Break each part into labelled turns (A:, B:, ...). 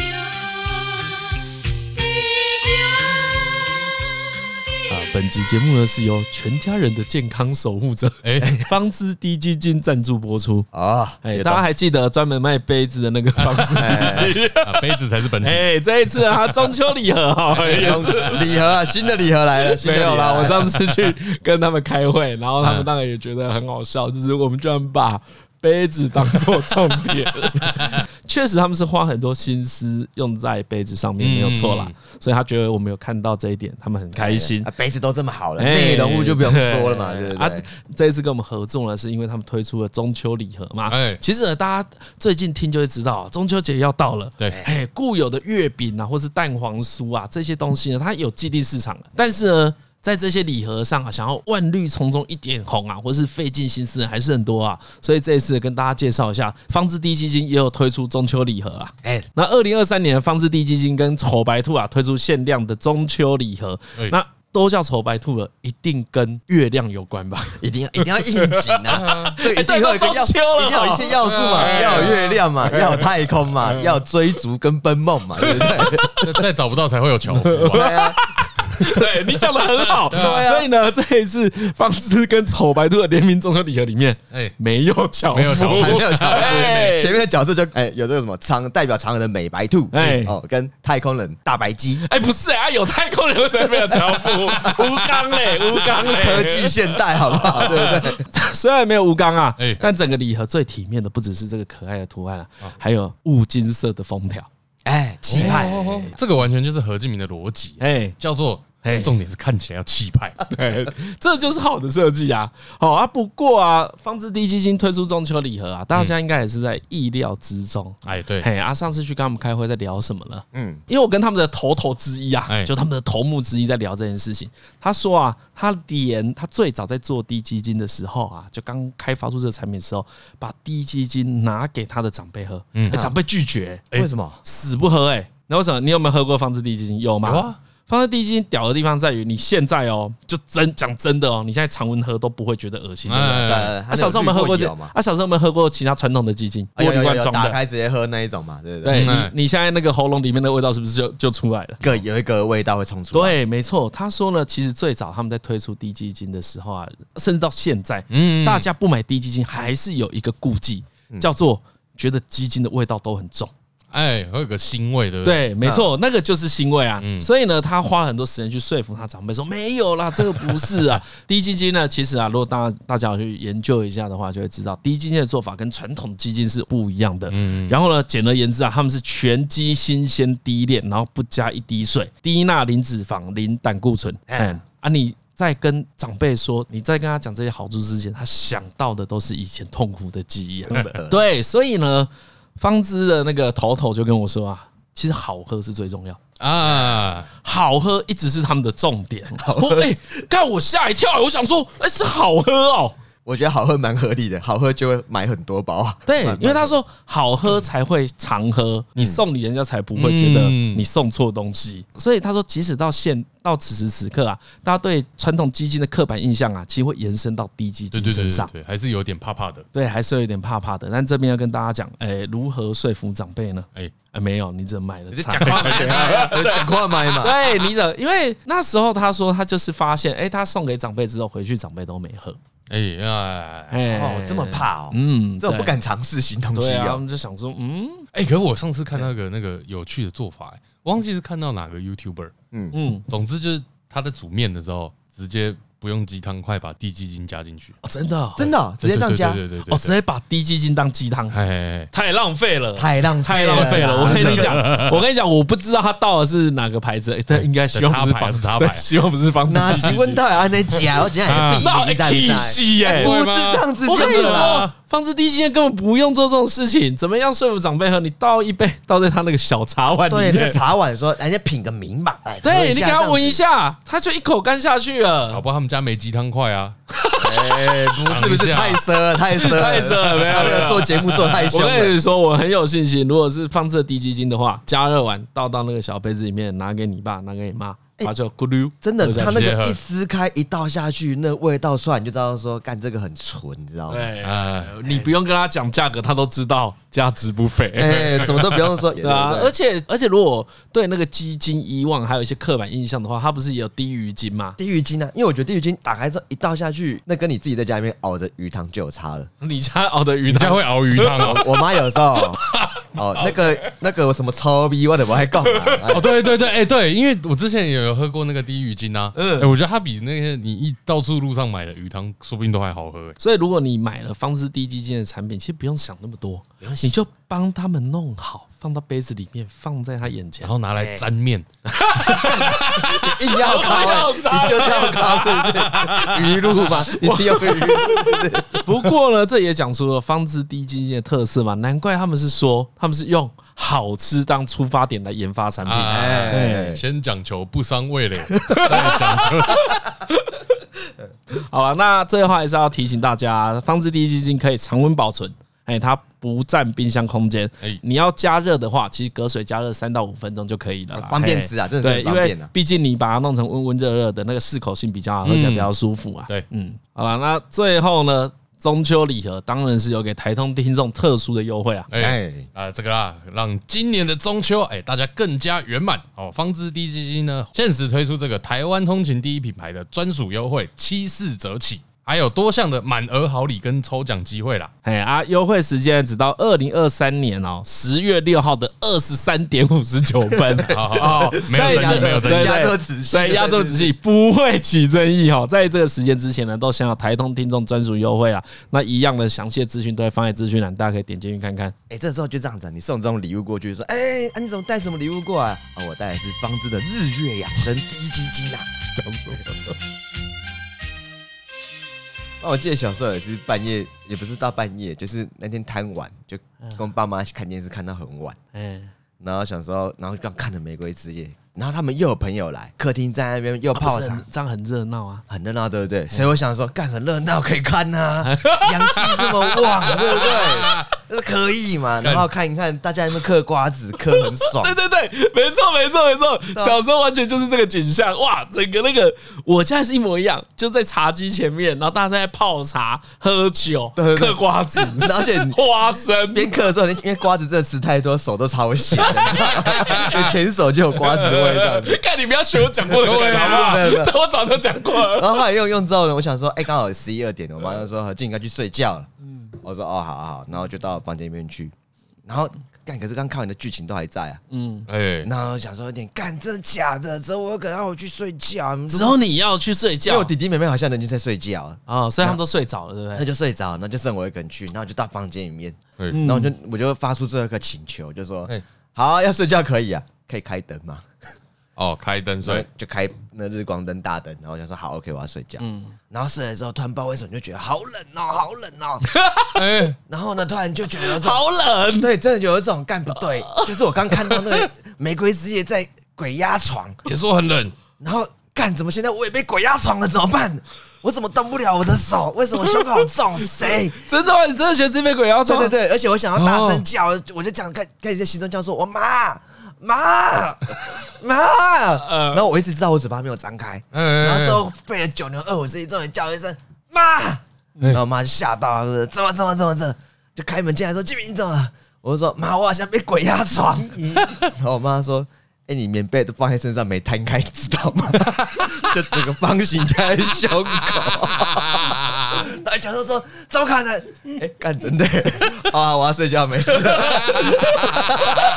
A: 啊本集节目呢是由全家人的健康守护者
B: 哎、
A: 方知低基金赞助播出。
C: 啊，哎
A: 哎、
C: 也
A: 大家
C: 当
A: 还记得专门卖杯子的那个方知低基金？
B: 啊杯子才是本体。
A: 哎、这一次啊，中秋礼盒哦，也是
C: 中礼盒啊，新的礼盒来了，新的
A: 没
C: 礼
A: 有
C: 盒来
A: 啦，
C: 了
A: 我上次哎 嗯去跟他们开会，然后他们当然也觉得很好笑，就是我们居然把杯子当做重点， 确实他们是花很多心思用在杯子上面，没有错啦。所以他觉得我们有看到这一点，他们很开心
C: 啊。杯子都这么好了，
A: 哎
C: 内容物就不用说了嘛，对
A: 对
C: 不
A: 啊
C: 对？，
A: 这一次跟我们合作呢，是因为他们推出了中秋礼盒嘛。
B: 哎
A: 其实呢，大家最近听就会知道，中秋节要到了。
B: 对
A: 哎，固有的月饼啊，或是蛋黄酥啊，这些东西呢，它有既定市场了。但是呢，在这些礼盒上啊，想要万绿丛中一点红啊，或是费尽心思还是很多啊。所以这一次跟大家介绍一下，方知低基金也有推出中秋礼盒啊。
C: 哎，
A: 那二零二三年，方知地基金跟丑白兔啊推出限量的中秋礼盒
B: 哎，
A: 那都叫丑白兔了，一定跟月亮有关吧？
C: 一定要一定要应景 啊，这个一定会有一个要，
A: 哎对都中秋了
C: 一定要有一些要素嘛，
B: 哎
C: 要有月亮嘛，要有太空嘛，
A: 嗯
C: 要有追逐跟奔梦嘛，对不 对？
B: 再再找不到才会有巧福
C: 对
B: 吧？
C: 啊，
A: 对你讲的很好，
C: 啊
A: 所以呢，这一次方知跟丑白兔的联名中秋礼盒里面
B: 哎，
A: 没有巧
B: 没有巧
A: 福
B: 福
C: 还没有讲完
A: 哎
C: 前面的角色就哎有这个什么长代表长人的美白兔，
A: 哎
C: 哎哦，跟太空人大白鸡，
A: 哎，不是啊，有太空人为什么没有巧福？ 吴刚嘞，吴刚嘞，
C: 科技现代好不好？对不对？
A: 虽然没有吴刚啊
B: 哎，
A: 但整个礼盒最体面的不只是这个可爱的图案啊，还有雾金色的封条。
C: 哎，气派，
B: 哦这个完全就是何敬明的逻辑，啊
A: 哎，
B: 叫做
A: 哎
B: 重点是看起来要气派。
A: 对，这就是好的设计啊。好、啊，不过啊，方知低基金推出中秋礼盒啊，大家应该也是在意料之中。
B: 哎，对，
A: 嘿啊，上次去跟他们开会在聊什么呢？
C: 嗯，
A: 因为我跟他们的头头之一啊，
B: 哎
A: 就他们的头目之一在聊这件事情。他说啊，他连他最早在做低基金的时候啊，就刚开发出这个产品的时候，把低基金拿给他的长辈喝，
B: 嗯
A: 哎长辈拒绝、
C: 为什么？
A: 死不喝哎、那为什么？你有没有喝过方知低基金？有吗？
B: 有啊
A: 方知低基金屌的地方在于，你现在哦，就真讲真的哦，你现在常温喝都不会觉得恶心。对不对
B: 哎，
C: 呃
A: 啊，小时候我们喝过这，
C: 吗？
A: 啊，小时候我们喝过其他传统的鸡精，
C: 哎
A: 玻
C: 有
A: 璃
C: 有有
A: 罐
C: 有
A: 装
C: 打
A: 的。
C: 开直接喝那一种嘛，对不对？
A: 对
B: 嗯
A: 你，你现在那个喉咙里面的味道是不是就就出来了？
C: 个有一个味道会冲出来。
A: 对，没错。他说呢，其实最早他们在推出低基金的时候啊，甚至到现在，
B: 嗯
A: 大家不买低基金还是有一个顾忌，
C: 嗯
A: 叫做觉得基金的味道都很重。
B: 哎，会有个腥味，对不对？嗯
A: 对，没错，那个就是腥味啊。所以呢，他花了很多时间去说服他长辈说没有 啦，这个不是啊。 低基金呢，其实啊，如果大家大家有去研究一下的话，就会知道低基金的做法跟传统基金是不一样的。
B: 嗯
A: 然后呢，简而言之啊，他们是全鸡新鲜低炼，然后不加一滴水，低钠、零脂肪、零胆固醇。
B: 哎
A: 嗯啊，你。在跟长辈说，你在跟他讲这些好处之前，他想到的都是以前痛苦的记忆啊。 对，所以呢，方知的那个头头就跟我说啊，其实好喝是最重要，哎
B: 啊，
A: 好喝一直是他们的重点。我哎，干、我吓一跳，我想说，哎、是好喝哦。
C: 我觉得好喝蛮合理的，好喝就会买很多包啊。
A: 对
C: 蛮，
A: 因为他说好喝才会常喝，你送礼人家才不会觉得
B: 嗯
A: 你送错东西。所以他说，即使到现到此时此刻啊，大家对传统基金的刻板印象啊，其实会延伸到低基
B: 对
A: 金
B: 对对
A: 身
B: 对
A: 上。
B: 对，还是有点怕怕的。
A: 对，还是有点怕怕的。但这边要跟大家讲，哎，如何说服长辈呢？
B: 哎，
A: 哎，没 有，你只能买了
C: 你
A: 差
C: 讲话买嘛，讲话买 嘛。
A: 对，你怎？因为那时候他说他就是发现，哎、他送给长辈之后，回去长辈都没喝，
B: 哎哎，
A: 哎、
C: 哦，这么，怕哦，
A: 嗯，
C: 这种不
A: 对。
C: 敢尝试新东西
A: 对啊，我
C: 哦。
A: 们就想说，嗯
B: 哎，可是我上次看那个那个有趣的做法，哎我忘记是看到哪个 YouTuber，
A: 嗯、
B: 总之就是他在煮面的时候，直接不用鸡汤块把低基金加进去，
A: 哦真的哦、
C: 真的哦直接这样加
B: 对，对对对对，
A: 哦，直接把低基金当鸡汤，
B: 哎哎哎
A: 太浪费了，
C: 太浪
A: 太
C: 费
A: 浪费了。
C: 啦
A: 我跟
C: 真
A: 你
C: 的
A: 讲，我跟你讲，我不知道他到的是哪个牌子，哎但应该希望不是
B: 他牌
A: 方
B: 是他牌
A: 对希望不是方
C: 哪
A: 基
C: 是
A: 金
C: 问到安尼食，我今天
B: 啊
C: 也
A: 那
C: 避你在不
A: 气
C: 在？
A: 息耶，
C: 不是这样子，
A: 我跟你
C: 这样子啊，
A: 说，放置低基金根本不用做这种事情。怎么样说服长辈喝？你倒一杯，倒在他那个小茶碗里
C: 对
A: 面。
C: 那个茶碗说，人家品个名嘛，来喝
A: 对
C: 一
A: 你
C: 下
A: 给他闻一
C: 这
A: 下，他就一口干下去
B: 搞
A: 了。
B: 不哎好他们家没鸡汤块啊，
C: 样子，哎，不是不
B: 尝一
C: 是
B: 下
C: 太奢了，太奢了，
A: 太奢了没有
C: 他那
A: 没有
C: 个做节目做太
A: 我
C: 凶
A: 跟
C: 了，
A: 你说，我很有信心。如果是放置低基金的话，加热完倒到那个小杯子里面，拿给你爸，拿给你妈，它叫咕噜，
C: 哎真的
A: 对，不对
C: 它那
B: 直接
C: 个
B: 喝
C: 一撕开一倒下去，那味道出来你就知道说，干这个很纯，你知道吗？
A: 哎
B: 哎，
A: 你不用跟他讲价格，他都知道价值不菲。
C: 哎，怎么都不用说，
A: 对啊，
C: 对
A: 而且而且，如果对那个鸡精遗忘还有一些刻板印象的话，它不是也有低鱼精吗？
C: 地狱精啊，因为我觉得地狱精打开之后一倒下去，那跟你自己在家里面熬着鱼汤就有差了。
A: 你家熬的鱼
B: 你家
A: 汤
B: 会熬鱼汤 哦？
C: 我妈有时候 哦，那个那个什么超逼，我怎么还讲啊？哎
B: 哦，对对对，哎、对，因为我之前也有喝过那个低鱼精啊，嗯、
A: 嗯
B: 我觉得它比那些你一到处路上买的鱼汤，说不定都还好喝、哎
A: 所以，如果你买了方知低基金的产品，其实不用想那么多，你就帮他们弄好，放到杯子里面，放在他眼前
B: 然。后拿来沾面，
C: 硬要考、哎你就是要考，是不是？鱼露 嘛，你是用鱼露，
A: 不过呢，这也讲出了方知低基金的特色嘛，难怪他们是说他们是用好吃当出发点来研发产品。
B: 啊
C: 哎，
B: 先讲求不伤味蕾，再讲究
A: 好了，那最后还是要提醒大家，方知低基金可以常温保存，哎，它不占冰箱空间。
B: 哎
A: 你要加热的话，其实隔水加热三到五分钟就可以了啦，
C: 方便
A: 嘿
C: 吃啊，真的
A: 对，
C: 是很
A: 因
C: 方
A: 为
C: 便啊。
A: 毕竟你把它弄成温温热热的，那个适口性比较好，喝起来比较舒服啊。
B: 对
A: 嗯，好了，那最后呢，中秋礼盒当然是有给台通听众特殊的优惠啊。
B: 哎。
C: 哎
B: 啊，这个啦，让今年的中秋，哎、大家更加圆满哦。方知低基金呢，限时推出这个台湾通勤第一品牌的专属优惠，七四折起，还有多项的满额好礼跟抽奖机会啦。
A: 哎啊，优惠时间直到二零二三年哦，十月六号的二十三点五十九 分。哦
B: 好好好，没有
A: 在这
B: 争议，没有争
A: 对
B: 议。
A: 对
C: 压轴仔细
A: 对，压轴仔细，不会起争议哦。在这个时间之前呢，都享有台通听众专属优惠啦。那一样的详细的资讯都会放在资讯栏，大家可以点进去看看。
C: 哎，这时候就这样子啊，你送这种礼物过去，说，哎，啊你怎么带什么礼物过来？啊，我带的是方知的日月养生低基金啊。
A: 讲什么？
C: 那我记得小时候也是半夜，也不是到半夜，就是那天贪玩，就跟爸妈看电视看到很晚，
A: 哎，
C: 然后想说，然后刚看了《玫瑰之夜》，然后他们又有朋友来，客厅在那边又
A: 啊不
C: 泡
A: 是
C: 茶
A: 很，这样很热闹啊。
C: 很热闹，对不对？所以我想说，干很热闹可以看呐、 阳气这么旺，对不对？这可以嘛？然后看一看大家有没有嗑瓜子，嗑很爽
A: 对。对对，没错没错没错，
C: 啊
A: 小时候完全就是这个景象哇！整个那个我家也是一模一样，就在茶几前面，然后大家在泡茶、喝酒、
C: 对对对
A: 嗑瓜子、
C: 然后而且你
A: 花生。
C: 边嗑的时候，你因为瓜子真的吃太多，手都超咸的，你知道 吗你舔手就有瓜子味这样子。
A: 看你不要学我讲过的梗好
C: 没有没
A: 不
C: 有
A: 好？这我早就讲过了。
C: 然后后来用用之后呢，我想说，哎、刚好十一二点，我
A: 嗯
C: 妈就说何静应该去睡觉了。我说哦，好好好，然后就到房间里面去，然后干，可是刚看完的剧情都还在啊。
A: 嗯，
B: 哎，
C: 然后想说有点干，真的假的？之后我有可能让我去睡觉，
A: 之后你要去睡
C: 因为
A: 觉
C: 我弟弟妹妹好像都已经在睡觉了。
A: 啊、哦，所以他们都睡着了，对不
C: 那
A: 对？
C: 就睡着，那就剩我一个人去，然后就到房间里面，
B: 哎
C: 然后我就我就发出最后一个请求，就说
B: 哎：“
C: 好啊，要睡觉可以啊，可以开灯吗
B: 哦，开灯？”
C: 所以
B: 睡，
C: 就开那日光灯大灯，然后我就说：“好，OK，我要睡觉。”然后睡了之后，突然不知道为什么就觉得好冷哦，好冷哦。
B: 哎，
C: 然后呢，突然就觉得有一种，
A: 好冷，
C: 对，真的有一种干不对，就是我刚看到那个玫瑰之夜在鬼压床，
B: 也说很冷，
C: 然后干怎么现在我也被鬼压床了，怎么办？我怎么动不了我的手？为什么胸口好重？谁？
A: 真的吗？你真的觉得这边鬼要
C: 对
A: 撞？
C: 对对，而且我想要大声叫，我就讲开开始在心中叫说：“我妈妈妈！”然后我一直知道我嘴巴没有张开，
B: 嗯
C: 然后最后费了九牛二虎之力，终于叫了一声“妈”，然后我妈就吓到了，怎么怎么怎么怎么，就开门进来说：“金明怎么了？”我就说：“妈，我好像被鬼压床。”然后我妈说。哎、你棉被都放在身上没摊开，知道吗？ 就整个方形加在胸口。然后角色说：“怎么可能？哎、干真的、啊！我要睡觉，没事。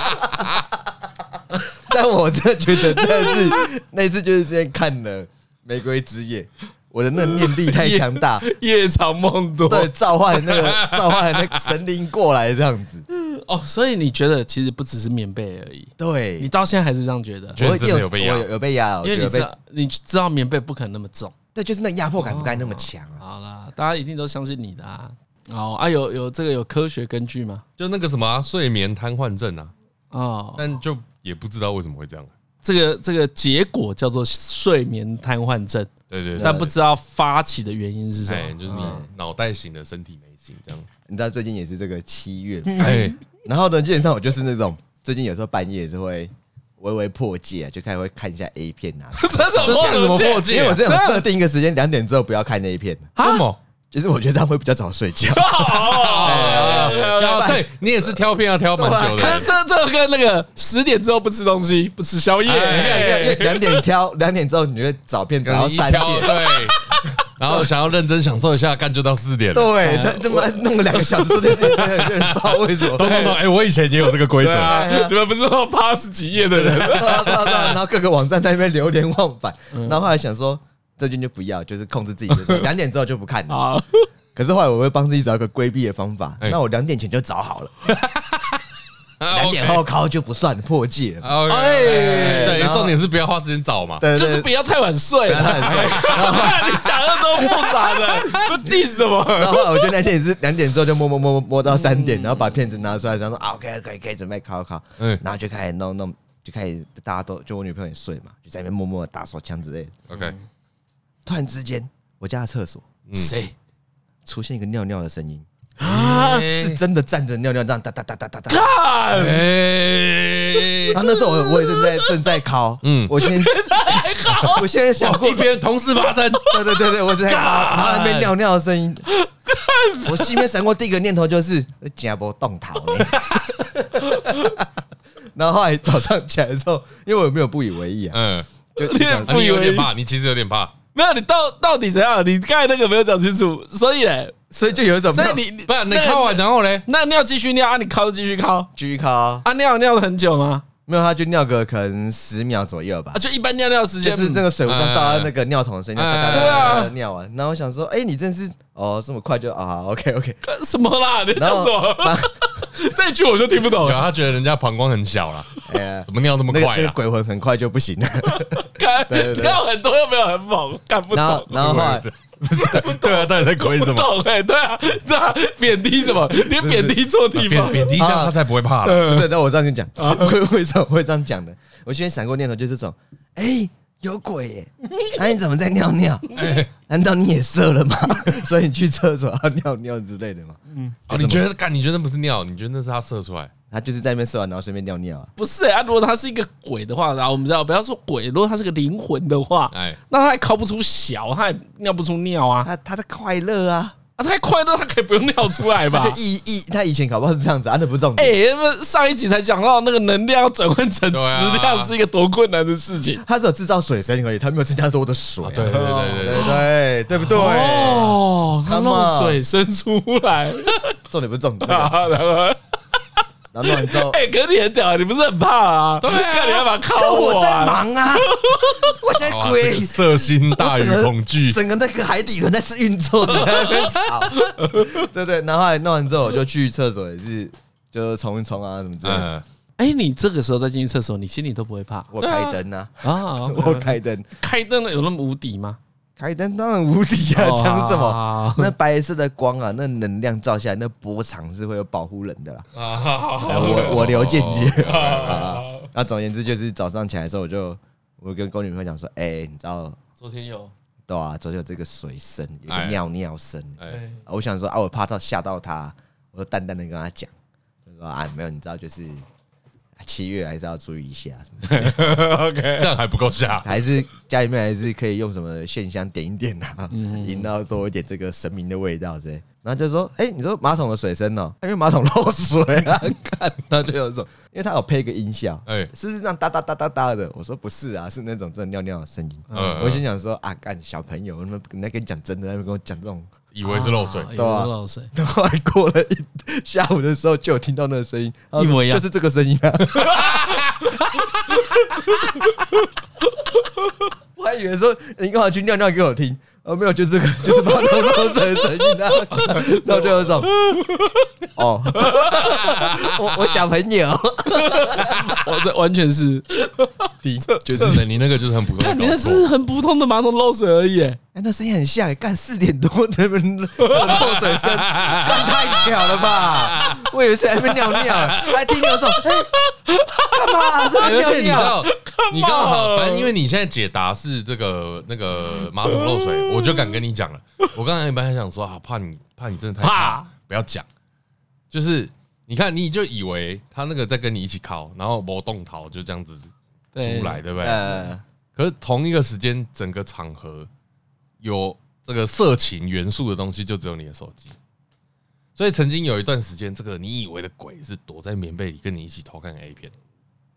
C: 但我真的觉得，真的是那次就是先看了《玫瑰之夜》，我的那个念力太强大，
A: 夜长梦多。
C: 对，召唤 那个召唤那个神灵过来这样子。
A: 哦，所以你觉得其实不只是棉被而已，你
C: 对，
A: 到现在还是这样觉得？
B: 觉得真的有被压
C: 我有有被压，我
A: 因为你
C: 觉得有
A: 知
C: 被
A: 道，你知道棉被不可能那么重。
C: 对，就是那个压迫感不该那
B: 哦
C: 么强啊。
A: 好啦，大家一定都相信你的啊。哦啊，有有这个有科学根据吗？
B: 就那个什么啊、睡眠瘫痪症啊，
A: 哦，
B: 但就也不知道为什么会这样。啊
A: 这个这个结果叫做睡眠瘫痪症，
B: 对对对，
A: 但不知道发起的原因是什
B: 哎，
A: 么。
B: 就是你
C: 嗯
B: 脑袋醒了，身体没醒这样。
C: 你知道最近也是这个七月，
B: 哎，
C: 然后呢，基本上我就是那种最近有时候半夜是会微微破戒，啊就开始会看一下 A 片啊。
A: 这什
B: 这算什么破戒
C: 因为我
B: 啊？
C: 这种设定一个时间，两点之后不要看 A 片，啊
B: 这么
C: 就是我觉得这样会比较早睡觉。
B: 啊？ 要对你也是挑片要挑蛮久
A: 这
B: 的，
A: 这这跟那个十点之后不吃东西，不吃宵夜，
B: 哎
C: 因为两点挑，两点之后你会找片找
B: 然后
C: 到
B: 一
C: 三
B: 挑
C: 点。
B: 对，然后想要认真享受一下，干就到四点了。
C: 对他他妈弄了两个小时做这件事情，有点不知道为什么。
B: 懂懂懂，哎，我以前也有这个规则
C: 对，啊，对啊
A: 你们不是说八十几页的 人？
C: 对啊对啊对啊然后各个网站在那边流连忘返，然后后来想说，这件就不要，就是控制自己，就是两点之后就不看了。
A: 啊，
C: 可是后来我会帮自己找一个规避的方法，
B: 哎
C: 那我两点前就找好了，
B: 啊
C: 两点
B: OK
C: 后考就不算破戒了。
B: OK，
A: 哎
B: 对
C: 然，后
B: 重点是不要花时间找嘛。
C: 对
A: 就
C: 对
A: 是
C: 对
A: 不要太晚睡
C: 不要太
A: 了。
C: 晚睡。
A: 你讲的都复杂的， 不 diss 什么？
C: 然后后来我觉得那天也是两点之后就摸摸摸摸摸到三点，然后把片子拿出来，想说啊，可以可以可以准备考考，
B: 嗯
C: 然后就开始弄弄，就开始大家都就我女朋友也睡嘛，就在那边默默地打手枪之类的。
B: ，OK，
C: 突然之间，我家的厕所
B: 嗯
A: 谁
C: 出现一个尿尿的声音，
A: 啊？
C: 是真的站着尿尿这样哒哒哒哒哒哒。
A: 看，
B: 哎
C: 然，后那时候我我也正在正在考，
B: 嗯
C: 嗯，我先
A: 还好，
C: 我现在想过
B: 一，边同时发生，
C: 对对对对，我正在考，然后那边尿尿的声音，我心里面闪过第一个念头就是假波动逃呢。 然后后来早上起来的时候，因为我也没有不以为意啊，
B: 嗯，
C: 就
A: 你
C: 就想
B: 啊你有点怕，你其实有点怕，
A: 没有你到到底怎样？你刚才那个没有讲清楚，所以嘞，
C: 所以就有一种
A: 所以你你
B: 不然你看完然后嘞，
A: 那尿继续尿啊，你靠就继续靠
C: 居考，
A: 啊，尿尿了很久吗？
C: 没有他就尿个可能十秒左右吧
A: 啊，。就一般尿尿时间
C: 就是那个水壶上倒到那个尿桶的声音，哒哒哒
B: 对
A: 啊
C: 哒哒尿完，然后我想说，哎，你真是哦，这么快就啊，OK OK，
A: 干什么啦？你在
C: 然
A: 讲
C: 后
A: 什么？
C: 把
A: 这一句我就听不懂啊了。
B: 有啊他觉得人家膀胱很 小啦，
C: 哎呀
B: 怎么尿这么
C: 那个
B: 快
C: 那个
B: 啊？
C: 鬼魂很快就不 行了，
A: 看
C: 对对对
A: 尿很多又没有很猛，看不
C: 然后
A: 懂。
C: 然后后来
B: 对啊，到底在鬼什
A: 不
B: 么？
A: 懂哎、对啊，是啊，贬低什么？你贬低错地
B: 贬
C: 啊
A: 方，
B: 贬低一下，他才不会怕 了。
C: 对，那我这样跟你讲，
B: 啊
C: 会会这样会这样讲的。我现在闪过念头就是这种，哎，有鬼耶！ 那你怎么在尿尿？
B: 哎
C: 难道你也射了吗？ 所以你去厕所要尿尿之类的吗？啊
B: 哦，你觉得干？你觉得不是尿？你觉得那是他射出来？
C: 他就是在那边射完，然后顺便尿尿啊。
A: 不是、欸、啊？如果他是一个鬼的话，然后我们知道不要说鬼，如果他是个灵魂的话，
B: 哎
A: 那他还考不出小，他也尿不出尿啊，
C: 他他在快乐啊，
A: 啊，太快乐，他可以不用尿出来吧
B: 啊
C: 他？就以以他以前搞不好是这样子，啊，那不是重
A: 哎、
C: 点。
A: 那么上一集才讲到那个能量要转换成质
B: 对啊
A: 量是一个多困难的事情
C: 他只有制造水声而已，他没有增加多的水啊。
B: 哦对对对对
C: 对对对不对？
A: 哦，他
C: 哎 Come
A: 漏水
C: on
A: 生出来，
C: 重点不是重点。
A: 然
C: 然
A: 后
C: 后弄完之后，
A: 哎，可是你很屌，你不是很怕啊？对啊，你还把靠
C: 可我在
A: 啊？
C: 忙啊， 我现在
B: 哇，
C: 鬼
B: 这个色心大于
C: 整哎个
B: 恐惧。
C: 整个那个海底轮在是运作， 你在那边 吵，对对。然后后来弄完之后，我就去厕所，也是就冲一冲啊什么之类的。
B: 嗯，
A: 哎，你这个时候再进去厕所，你心里都不会 怕
C: 我开灯啊，
A: 啊？
C: 我开灯，
A: 开灯了有那么无敌吗？
C: 开灯当然无敌
B: 哦
C: 啊， 讲什么？
A: 么？
C: 那白色的光啊，那能量照下来，那波长是会有保护人的啦。
B: 啊哦好好好
C: 哎我我留间接
B: 好 好好
C: 啊。那总而言之，就是早上起来的时候，我就我跟我女朋友讲说，哎，你知道
A: 昨天有，
C: 对啊，昨天有这个水声，有
B: 哎
C: 个尿尿声。
B: 哎，
C: 啊我想说啊，我怕到吓到他，我就淡淡的跟他讲，就说啊，没有，你知道就是七月还是要注意一下，什么之类的
B: 这样还不够吓。
C: 还是家里面还是可以用什么线香点一点啊，
B: 嗯
C: 营造多一点这个神明的味道之类。然后就说，哎、你说马桶的水声哦、因为马桶漏水啊， 看，然后就有一种，因为他有配一个音效，
B: 哎
C: 是不是这样哒哒哒哒哒的？我说不是啊，是那种真的尿尿的声音。
B: 嗯
C: 我心想说啊，干小朋友，那你在跟你讲真的，那边跟我讲这种
B: 以为是漏水
A: 啊，以为
C: 对啊
A: 是漏水。
C: 然后还过了一下午的时候，就有听到那个声音，然后
A: 一模一样
C: 就是这个声音啊。 我还以为说你干嘛去尿尿给我听，哦没有，就这个就是马桶漏水的声音啊，然后就有一种 哦， 我我小朋友，
A: 我这完全是，
C: 第一就是
B: 是的，你那个就是很普通的
A: 看你那
B: 搞
A: 只
B: 错。
A: 是很普通的马桶漏水而已。哎
C: 哎那声音很像欸，干四点多那边漏水声，干太巧了吧？我以为是在那边尿尿，还听到说，哎、干嘛、这
B: 哎
C: 边尿
B: 而且你知
C: 尿？
B: 道， 你刚好，反正因为你现在解答是这个那个马桶漏水，我就敢跟你讲了。我刚才本来想说啊，怕你怕你真的太
A: 怕，
B: 不要讲。就是你看，你就以为他那个在跟你一起考，然后某动逃就这样子
A: 对
B: 出来，对不嗯对？
C: 呃，
B: 可是同一个时间，整个场合有这个色情元素的东西，就只有你的手机。所以曾经有一段时间，这个你以为的鬼是躲在棉被里跟你一起偷看 A 片，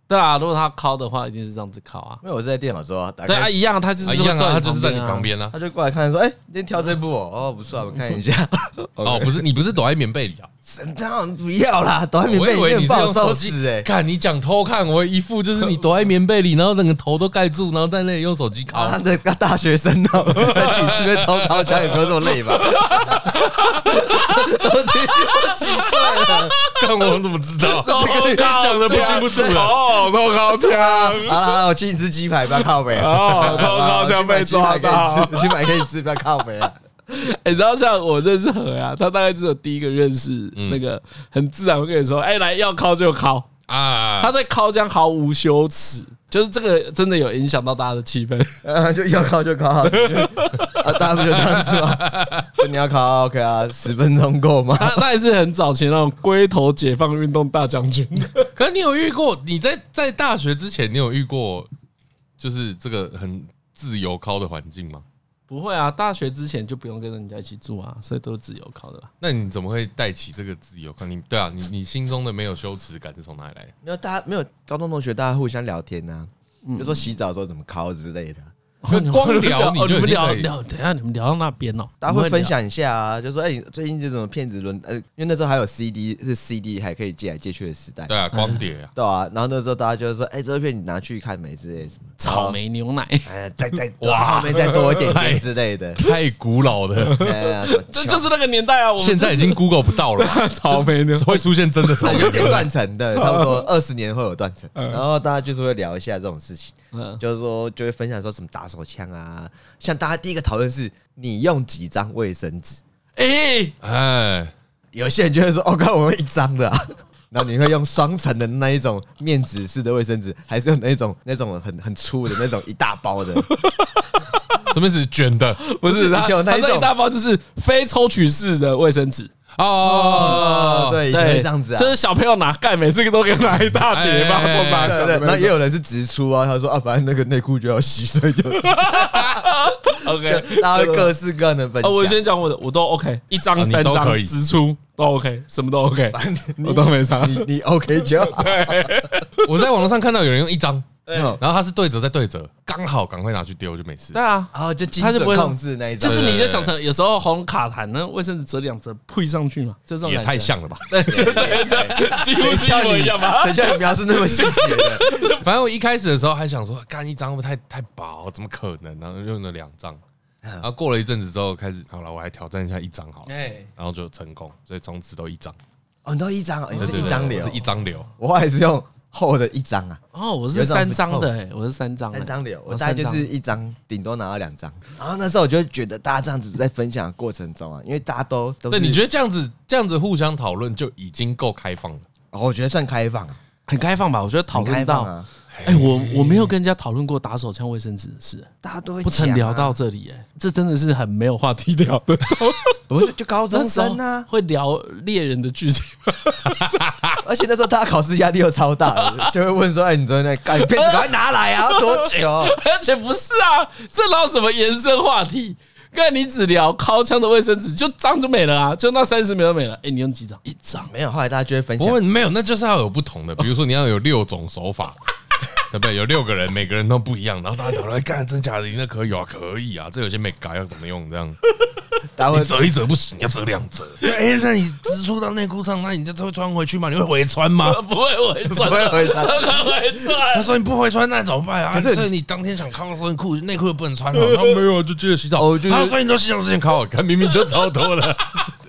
A: 对啊，如果他敲的话，一定是这样子敲啊。
C: 因为我是在电脑桌啊，打
A: 对啊，
C: 开
A: 一样，他就是
B: 啊，
A: 会
B: 一样
A: 坐
B: 啊，他就是在你
A: 啊
B: 旁。 边啊。
C: 他就过来看说，哎，今天挑这部哦，哦不错啊，我看一下。
B: 哦，不是，你不是躲在棉被里啊？
C: 当然不要啦，短片
B: 我
C: 被
B: 以为你
C: 面
B: 是
C: 包
B: 用
C: 收
B: 手
C: 拾
B: 机
C: 哎。
B: 看你讲偷看，我一副就是你躲在棉被里，然后整个头都盖住，然后在那里用手机
C: 啊，他
B: 拷。
C: 的大学生哦，在寝室被偷考，想也不用这么累吧？ 都几都几岁了？
B: 看我怎么知道？
C: 这个
B: 讲的不清不楚 的。
D: 哦，偷 靠枪，
C: 好了好了，我请你吃鸡排，不要靠北啊！
D: 哦，偷靠枪被抓到，
C: 去买给你吃，不要靠北 啊！
A: 哎，然后像我认识何呀，他大概只有第一个认识
B: 嗯
A: 那个，很自然会跟你说，哎，来要敲就敲。他
B: 啊，
A: 在敲这样毫无羞耻，就是这个真的有影响到大家的气氛。
C: 啊，就要考就考， 啊，大家不就这样子吗？ 就你要考 OK 啊，十分钟够吗？
A: 他他也是很早前那种龟头解放运动大将军，
B: 可是你有遇过？你在在大学之前，你有遇过就是这个很自由靠的环境吗？
A: 不会啊，大学之前就不用跟人家一起住啊，所以都是自由考的吧。
B: 那你怎么会带起这个自由靠？你对啊，你你心中的没有羞耻感是从哪里来的？
C: 没有，大家没有高中同学，大家互相聊天呐、啊，就说洗澡的时候怎么考之类的，啊
B: 就光聊你
A: 哦你
B: 就已
A: 们
B: 经
A: 聊
B: 可以
A: 聊，等一下你们聊到那边哦，
C: 大家会分
A: 你们
C: 享一下啊，就说哎、你最近这种骗子轮，呃，因为那时候还有 CD 是 CD 还可以借来借去的时代，
B: 对啊，光碟 啊。
C: 对啊，然后那时候大家就会说，哎、这个片你拿去看没之类什么，
A: 聊草莓牛奶，
C: 哎，再再
B: 哇
C: 哇，后面再多一点
B: 太
C: 点之类的，
B: 太古老的，
C: 哎， 什么
A: 这就是那个年代啊。我们
B: 现在已经 Google 不到了吧，
A: 草莓牛
B: 只会出现真的 草
C: 啊
B: 莓
C: 有点断层的，差不多二十年会有断层，然后大家就是会聊一下这种事情，
A: 嗯
C: 就是说就会分享说什么打手枪啊，像大家第一个讨论是你用几张卫生纸，
A: 哎，
B: 哎，
C: 有些人就会说哦，看我用一张的、啊。然后你会用双层的那一种面纸式的卫生纸，还是用那种那种很很粗的那种一大包的？
B: 什么意思？卷的
A: 不是啊
C: 以
A: 他，
C: 前有那
A: 他
C: 一
A: 这
C: 种
A: 一大包就是非抽取式的卫生纸，
B: 哦
C: 哦，，对，以前会
A: 对，
C: 这样子啊，
A: 就是小朋友拿盖，每次都给拿一大叠包
B: 哎
A: 做啥
C: 对
A: 小
C: 对，
A: 的
C: 然后
A: 那
C: 也
A: 种
C: 有人是直出啊，他说啊，反正那个内裤就要洗，所以就就
A: ？OK，
C: 大家会各式各样的分
A: 哦，我
C: 享。
A: 先讲我的，我都 OK，一
B: 啊
A: 张、
B: 你
A: 三
B: 都可
A: 张、
B: 以
A: 支出都 OK，什么都 OK，我都没差。
C: 你你 OK 就好，
B: 我在网络上看到有人用一张，
A: 对
C: 嗯
B: 然后它是对折再对折，刚好赶快拿去丢就没事
A: 对。啊，
C: 然后哦就精
A: 他就
C: 准
A: 不会
C: 控制那一
A: 就
C: 种。
A: 是你就想成有时候红卡痰呢，卫生纸折两折配上去嘛，就这种
B: 也
A: 感觉
B: 太，像了吧！
A: 对，就对 对，几乎是一模一样嘛。
C: 谁叫你描述那么细节的？
B: 反正我一开始的时候还想说，干一张会不会太太薄？怎么可能？然后用了两张，然后过了一阵子之后开始，好了，我来挑战一下一张好了，
A: 哎，
B: 然后就成功，所以从此都一张，
C: 哦，你都一张哦，你
B: 对
C: 是
B: 对
C: 一
B: 对
C: 张流
B: 我是，一张流。
C: 我后来是用厚的一张啊，
A: 哦，我是三张的，哎，我是三张，哎
C: 三张流，我
A: 哦
C: 大概就
A: 三
C: 是
A: 张
C: 一张，顶多拿到两张。然后那时候我就觉得大家这样子在分享的过程中啊，因为大家都都
B: 对，
C: 是
B: 你觉得这样子这样子互相讨论就已经够开放了。
C: 哦，我觉得算开放啊，
A: 很开放吧？我觉得讨
C: 很开
A: 论
C: 放
A: 到，
C: 啊，
A: 哎，我我没有跟人家讨论过打手枪卫生纸的事，
C: 大家都会
A: 不曾
C: 讲啊
A: 聊到，这里，哎，这真的是很没有话题聊的。
C: 不是就高中
A: 那时候
C: 生 啊，
A: 会聊猎人的剧情，
C: 而且那时候大家考试压力又超大的，就会问说：“哎，你昨天在干？你片子赶快拿来啊，要多久
A: 而且不是啊，这聊什么延伸话题？看你只聊掏枪的卫生纸，就张就没了啊，就那三十秒就没了。哎、你用几张？一张？”。
C: 没有，后来大家就会分
B: 不
C: 享
B: 过没有，那就是要有不同的，比如说你要有六种手法， 对不对？有六个人，每个人都不一样，然后大家讨论，哎干真假的，那可以啊，可以啊，这有些没改要怎么用这样。
C: 大家
B: 你
C: 会
B: 折一折不行，要折两折。哦哎、那你直出到内裤上，那你这会穿回去吗？你会回穿吗？
A: 啊不会回转，
C: 不会 回传。
A: 不会回
B: 他
A: 转。
B: 说你不回穿，那怎么办啊？
C: 可是
B: 所以你当天想靠的时候，你裤内裤又不能穿了。他说没有啊，就接着洗澡。
C: 哦就是
B: 他说所以你都洗澡之前靠我，看明明就超多的。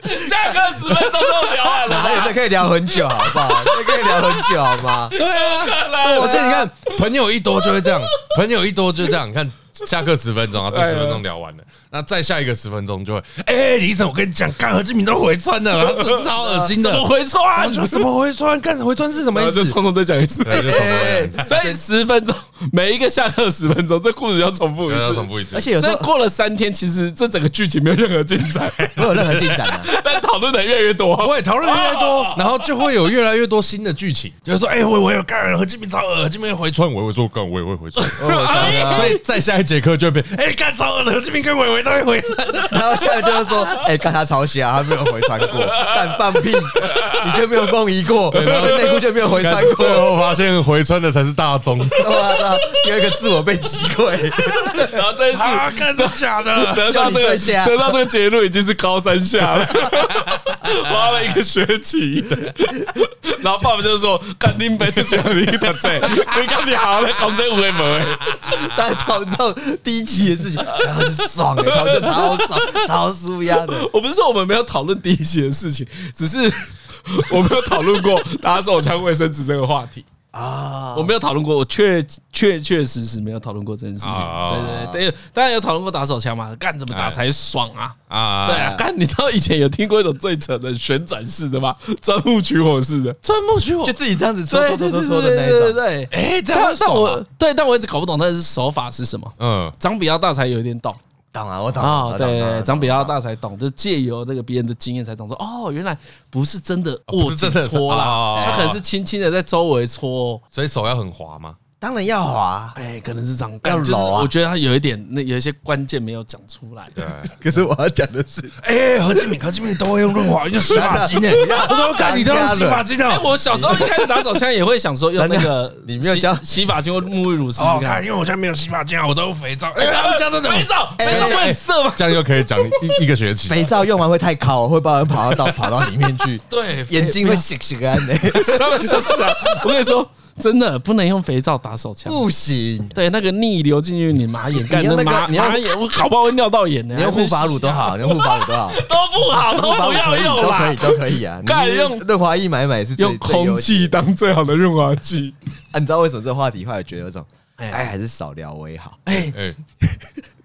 A: 下课十分钟 就聊完了
C: 哪有
A: 吧。
C: 这可以聊很久，好不好？这可以聊很久，好 吗？
B: 对啊，我觉得你看朋友一多就会这样，朋友一多就这样。你看下课十分钟啊，这十分钟聊完了，那再下一个十分钟就会，哎，李总，我跟你讲，干何志明都回穿了，他是超恶心的
A: 怎，么回
B: 啊
A: 穿？
B: 就什么回穿，干回穿是什么
D: 然后
B: 意思
D: 就？从头再讲一次，
B: 对，就重复
C: 哎
B: 一次，
A: 所以十分钟，每一个下课十分钟，这故事要重复一
B: 对要
A: 次，
B: 重复一次，
C: 而且有时
A: 所以
C: 候
A: 过了三天，其实这整个剧情没有任何进 展，
C: 没有任何进 展啊。
A: 但讨论的越来越多。
B: 不会讨论越来越多，然后就会有越来越多新的剧情，就是说，哎、我我有干何志明超恶，何志明回穿，我会说干，我也会回穿，
C: 啊
A: 哎
B: 所以再下一节课就会变，哎、干超恶的何志明跟伟伟都会回穿，
C: 然后下面就是说，哎、干他抄袭啊，他没有回传过，干放屁，你就没有梦遗过，内裤就没有回传过
B: 最，后发现回穿的才是大宗，
C: 他妈的，有一个自我被击溃，
A: 然后这一次
B: 啊，干真假的，
A: 得到这
C: 就你
A: 个
C: 最瞎
A: 得到这个结论已经是高三下了，花了一个学期。然后爸爸就说：“干你白痴，讲你的在，你干你好了，讲这五位门。
C: 在讨论这种低级的事情，然后很爽哎、欸，讨论超爽，超舒压的。”
A: 我不是说我们没有讨论第一集的事情，只是我没有讨论过打手枪卫生纸这个话题。
C: 啊，
A: 我没有讨论过，我确确确实实没有讨论过这件事情。
B: 啊
A: 对对对，当然有讨论过打手枪嘛，干怎么打才爽啊？对
B: 啊，
A: 啊，干你知道以前有听过一种最扯的旋转式的吗？钻木取火式的，
B: 钻木取火
C: 就自己这样子搓
A: 对
C: 搓
A: 对
C: 搓搓
A: 对
C: 搓
A: 对
C: 的
A: 对
C: 那一种，
A: 对对。
B: 哎、这样
A: 但
B: 很
A: 但
B: 爽啊
A: 我对，但我一直搞不懂那是手法是什么。
B: 嗯，
A: 长比较大才有一点懂
C: 懂啊，我懂
A: 啊，
C: 我懂
A: 对，
C: 我懂
A: 对
C: 我
A: 长
C: 懂
A: 比较大才懂，就借由这个别人的经验才懂说，哦，原来不是真的握
B: 不是
A: 紧
B: 真的是
A: 搓
B: 哦
A: 啦，他可能是轻轻的在周围搓哦，
B: 所以手要很滑嘛，
C: 当然要滑，
A: 哎，可能是长
C: 要
A: 干，就是
C: 揉啊
A: 我觉得他有一点那有一些关键没有讲出来。
B: 对，
C: 可是我要讲的 是，
B: 哎、何志明何志明都会用润滑，用洗
C: 发精
B: 哎、
C: 我说干你都用洗发
B: 精啊
A: 哎，我小时候一开始打手枪也会想说用那 个
C: 你没有教
A: 洗洗发精或沐浴乳试试看。
B: 哦因为我家没有洗发精啊，我都用肥皂。哎、他们家都怎么
A: 肥皂，
C: 哎
A: 肥皂
B: 哎
A: 会色吗？
B: 这样又可以讲一一个学期。
C: 肥皂用完会太烤，会把人跑到跑到里面去，
A: 对，肥
C: 眼睛会洗洗干 的，
A: 什
C: 啊
A: 么什么？啊我跟你说，真的不能用肥皂打手枪。
C: 不 行。
A: 对，那个逆流进去你马眼，干
C: 哦 你要
A: 那
C: 那个
A: 马
C: 你要
A: 马眼，我搞不好会尿到眼呢。
C: 你用护发乳都好， 你用护发乳都好，
A: 都不好，都
C: 护发
A: 不
C: 乳
A: 要
C: 可以，
A: 用
C: 都可
A: 啦
C: 以，。都可以 啊。
A: 干
C: 你
A: 用
C: 润滑液买买是最
A: 用空，
C: 最优
A: 气当最好的润滑 剂。
C: 啊你知道为什么这个话题后来觉得有种，
A: 哎
C: 哎，还是少聊为好。
A: 哎，
B: 哎、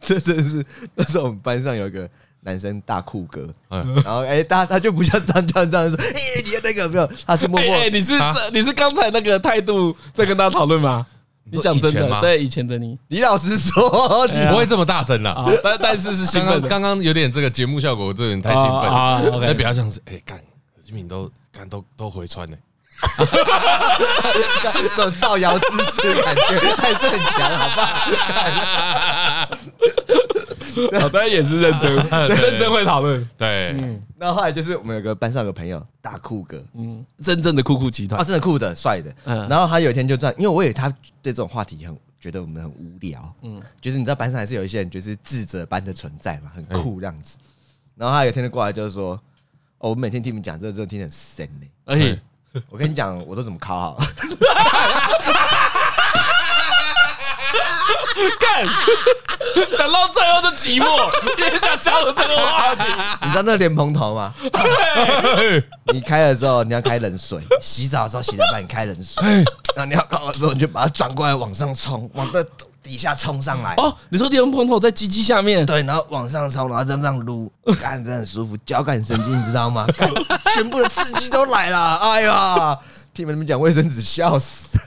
C: 这真的是那时候我们班上有一个男生大酷哥，
B: 嗯
C: 然后哎、他他就不像张江这样说， 哎、你的那个没有，他是默
A: 哎
C: 默、
A: 哎，你是
B: 啊
A: 这你是刚才那个态度在跟大家讨论吗？你
B: 说
A: 讲真
B: 以前
A: 的，
B: 吗
A: 对以前的你
C: 李老师说，你
A: 哎呀
B: 不会这么大声啦
A: 啊。，但但是是兴奋
B: 刚刚
A: 的。
B: 刚刚有点这个节目效果，我这有点太兴奋
A: 啊啊啊
B: 了。
A: ，OK
B: 那比较像是，哎，干何志明都干都都回穿呢。
C: 这种造谣之势感觉还是很强，好吧？
A: 好，但也是认真
B: 对
A: 认真会讨论。
B: 对，
C: 然后后来就是我们有个班上有个朋友大酷哥，
A: 嗯，真正的酷酷集
C: 啊，
A: 团，
C: 真的酷的，帅的。
A: 嗯
C: 然后他有一天就这样，因为我以为他对这种话题很觉得我们很无聊，嗯，就是你知道班上还是有一些人就是智者般的存在嘛，很酷
A: 哎
C: 这样子。然后他有一天就过来就是说，哦，我每天听你们讲这个，真的听得很深呢、
A: 而且
C: 我跟你讲，我都怎么考好？
A: 干， 讲到最后的寂 寞，也想加入这个话题。
C: 你知道那个莲蓬头吗？
B: 哎
C: 你开了之后，你要开冷水；洗澡的时候，洗澡帮你开冷水。然后你要考的时候，你就把它转过来往上冲，往那底下冲上来。
A: 哦，你说电风头在鸡鸡下面，
C: 对，然后往上冲，然后这样撸，干真的很舒服，交感神经你知道 吗？干全部的刺激都来了，哎呀！听你们讲卫生纸，笑死。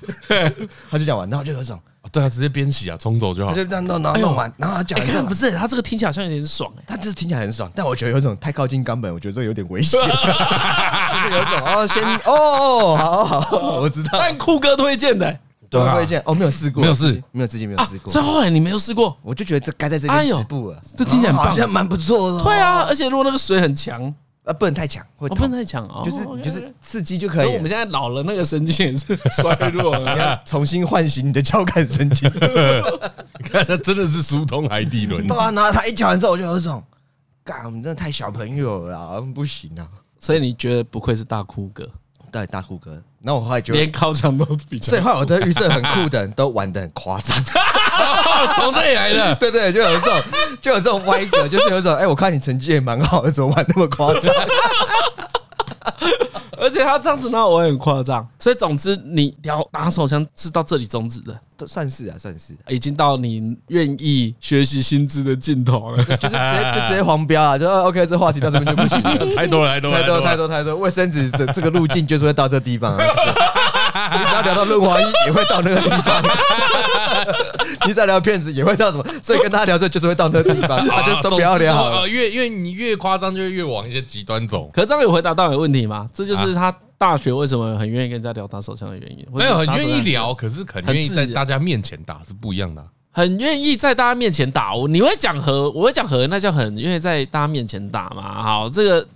C: 他就讲完，然后就有一种，
B: 对啊，直接边洗啊，冲走就
C: 他
B: 好
C: 就。这样弄，然后弄完，然后他讲
A: 哦哎，
C: 完之
A: 看
C: 后
A: 不，是，他这个听起来好像有点爽哎。
C: 他这听起来很爽，但我觉得有一种太靠近肛门，我觉得这有点 危险。就是有一种哦，先哦，哦好好好，我知道。
A: 但酷哥推荐的欸
C: 对，推荐哦，没有试过，
B: 没有试，
C: 没有自己没有
A: 啊
C: 试，过
A: 所以。后来你没有试过。
C: 我就觉得这该在这
A: 哎
C: 边
A: 呦
C: 止步了，
A: 这听起来很棒
C: 哦好像蛮不错的哦。
A: 对啊，而且如果那个水很强，
C: 啊，不能太强，会
A: 我
C: 痛
A: 不能太强哦，
C: 就是
A: 哦，OK，OK
C: 就是刺激就
A: 因
C: 可以
A: 为
C: 了。
A: 我们现在老了，那个神经也是衰弱啊
C: 你
A: 了。
C: 要 重新唤醒你的交感神 经。
A: 啊
C: 对
B: 你看，他真的是疏通海底轮。
C: 啊，然后他一讲完之后，我就有一种，干，我们真的太小朋友了啊，我们不行啊。
A: 所以你觉得不愧是大酷哥，
C: 对，大酷哥。然后我后来就，
A: 连靠墙都比较
C: 所以后来我的预设很酷的人都玩的很夸张。
B: 从这里来的。
C: 对对，就有这种，就有这种歪格，就是有一种，哎、我看你成绩也蛮好的，怎么玩那么夸张？
A: 而且他这样子呢，我也很夸张。所以总之，你聊打手枪是到这里终止的，
C: 都 算是啊，算是，
A: 已经到你愿意学习薪资的尽头 了。
C: 就是直接就直接黄标啊，就呃 OK，这话题到这边就不 行了。
B: 太多了，太多
A: 啊
B: 了，
C: 太多太多太多，卫生纸这这个路径就是会到这地方、啊。是你只要聊到润滑液，也会到那个地方； 你只要聊骗子，也会到什么？所以跟他聊这就是会到那个地 方，他
B: 啊
C: 就都不要聊
B: 总
C: 好
B: 之都
C: 了。
B: 呃，越越你越夸张，就越往一些极端走。
A: 可是这样有回答到你的问题吗？这就是他大学为什么很愿意跟人家聊打手枪的原因。
B: 没有
A: 或者
B: 很
A: 打手
B: 愿
A: 枪
B: 意，聊，可是很愿意在
A: 很自
B: 大家面前打是不一样的啊。
A: 很愿意在大家面前打。我你会讲和，我会讲和，那叫很愿意在大家面前打嘛。好，这个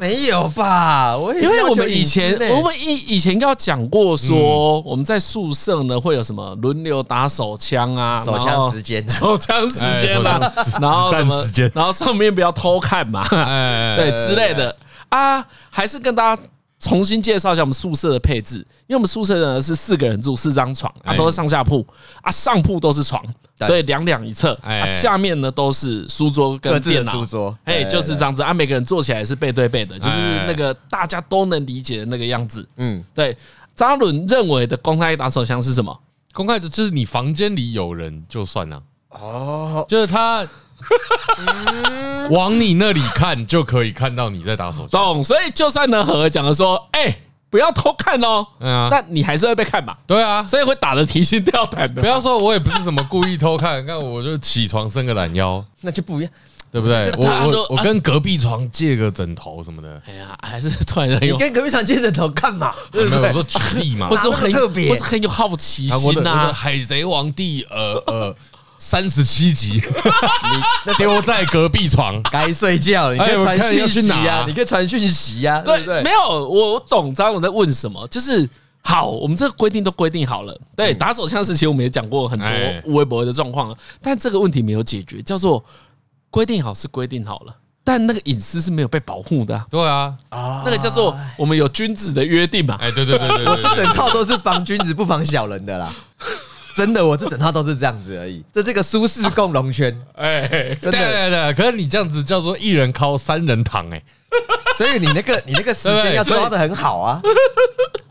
C: 没有吧？我也
A: 呃因为
C: 要
A: 我
C: 求
A: 们以
C: 隐私欸
A: 前
C: 呢
A: 我们以以前要讲过说，我们在宿舍呢会有什么轮流打手枪啊，
C: 手
A: 然后
C: 枪时间，
A: 手枪时间啦
B: 哎手枪子，
A: 然后
B: 子
A: 什
B: 弹
A: 么
B: 时间，
A: 然后上面不要偷看嘛，
B: 哎，
A: 对之类的啊，还是跟大家。重新介绍一下我们宿舍的配置，因为我们宿舍呢是四个人住，四张床啊，
B: 哎
A: 都是上下铺啊，上铺都是床，
C: 对
A: 所以两两一侧
B: 哎
A: 啊，下面呢都是书桌
C: 各
A: 跟
C: 自
A: 电
C: 的
A: 脑，
C: 书桌，
A: 哎，就是这样子啊，每个人坐起来是背对背的，就是
B: 哎
A: 那个大家都能理解的那个样子。
C: 嗯，
A: 对，扎伦认为的公开打手枪是什么？
B: 公开的就是你房间里有人就算了，
C: 哦，
B: 就是他往你那里看就可以看到你在打手枪。
A: 懂？所以就算呢，和讲的说，哎，不要偷看哦，
B: 嗯啊，
A: 但你还是会被看嘛，
B: 对啊，
A: 所以会打得提心吊胆的
B: 不。要说我也不是什么故意偷看，看我就起床伸个懒腰，
C: 那就不一样。
B: 对不 对？我
A: 大家都
B: 我我跟隔壁床借个枕头什么的，
A: 哎呀，还是 突然间
C: 你
A: 有，
C: 跟隔壁床接枕头干嘛？ 对
B: 没
C: 不
B: 有我
C: 对？
B: 说举例嘛
A: 不。是很
C: 哪那么特别
A: 不是很有好奇
B: 啊我的
A: 心
B: 我的
A: 呐。
B: 《海贼王》第呃 呃三十七集，丢在隔壁床。
C: 该睡觉了，你可
B: 哎
C: 以
B: 我看
C: 传讯
B: 要去
C: 息
B: 哪
C: 呀，你可以传讯息呀，对不
A: 对，
C: 对
A: 没？有，我我懂张总在问什么，就是。好，我们这个规定都规定好了。
C: 嗯
A: 对，打手枪时期我们也讲过很
B: 哎
A: 多微博的状况了，但这个问题没有解决，叫做规定好是规定好了，但那个隐私是没有被保护的啊、
B: 对啊，
C: 啊
A: 那个叫做我们有君子的约定嘛。
B: 哎，对对对对
C: 我
B: 对
C: 这整套都是防君子不防小人的啦，真的，我这整套都是这样子而已。这是个舒适共荣圈，
B: 哎，对
C: 真的
B: 对对，可是你这样子叫做一人靠三人躺，哎，
C: 所以你那个你那个时间要抓的很好啊。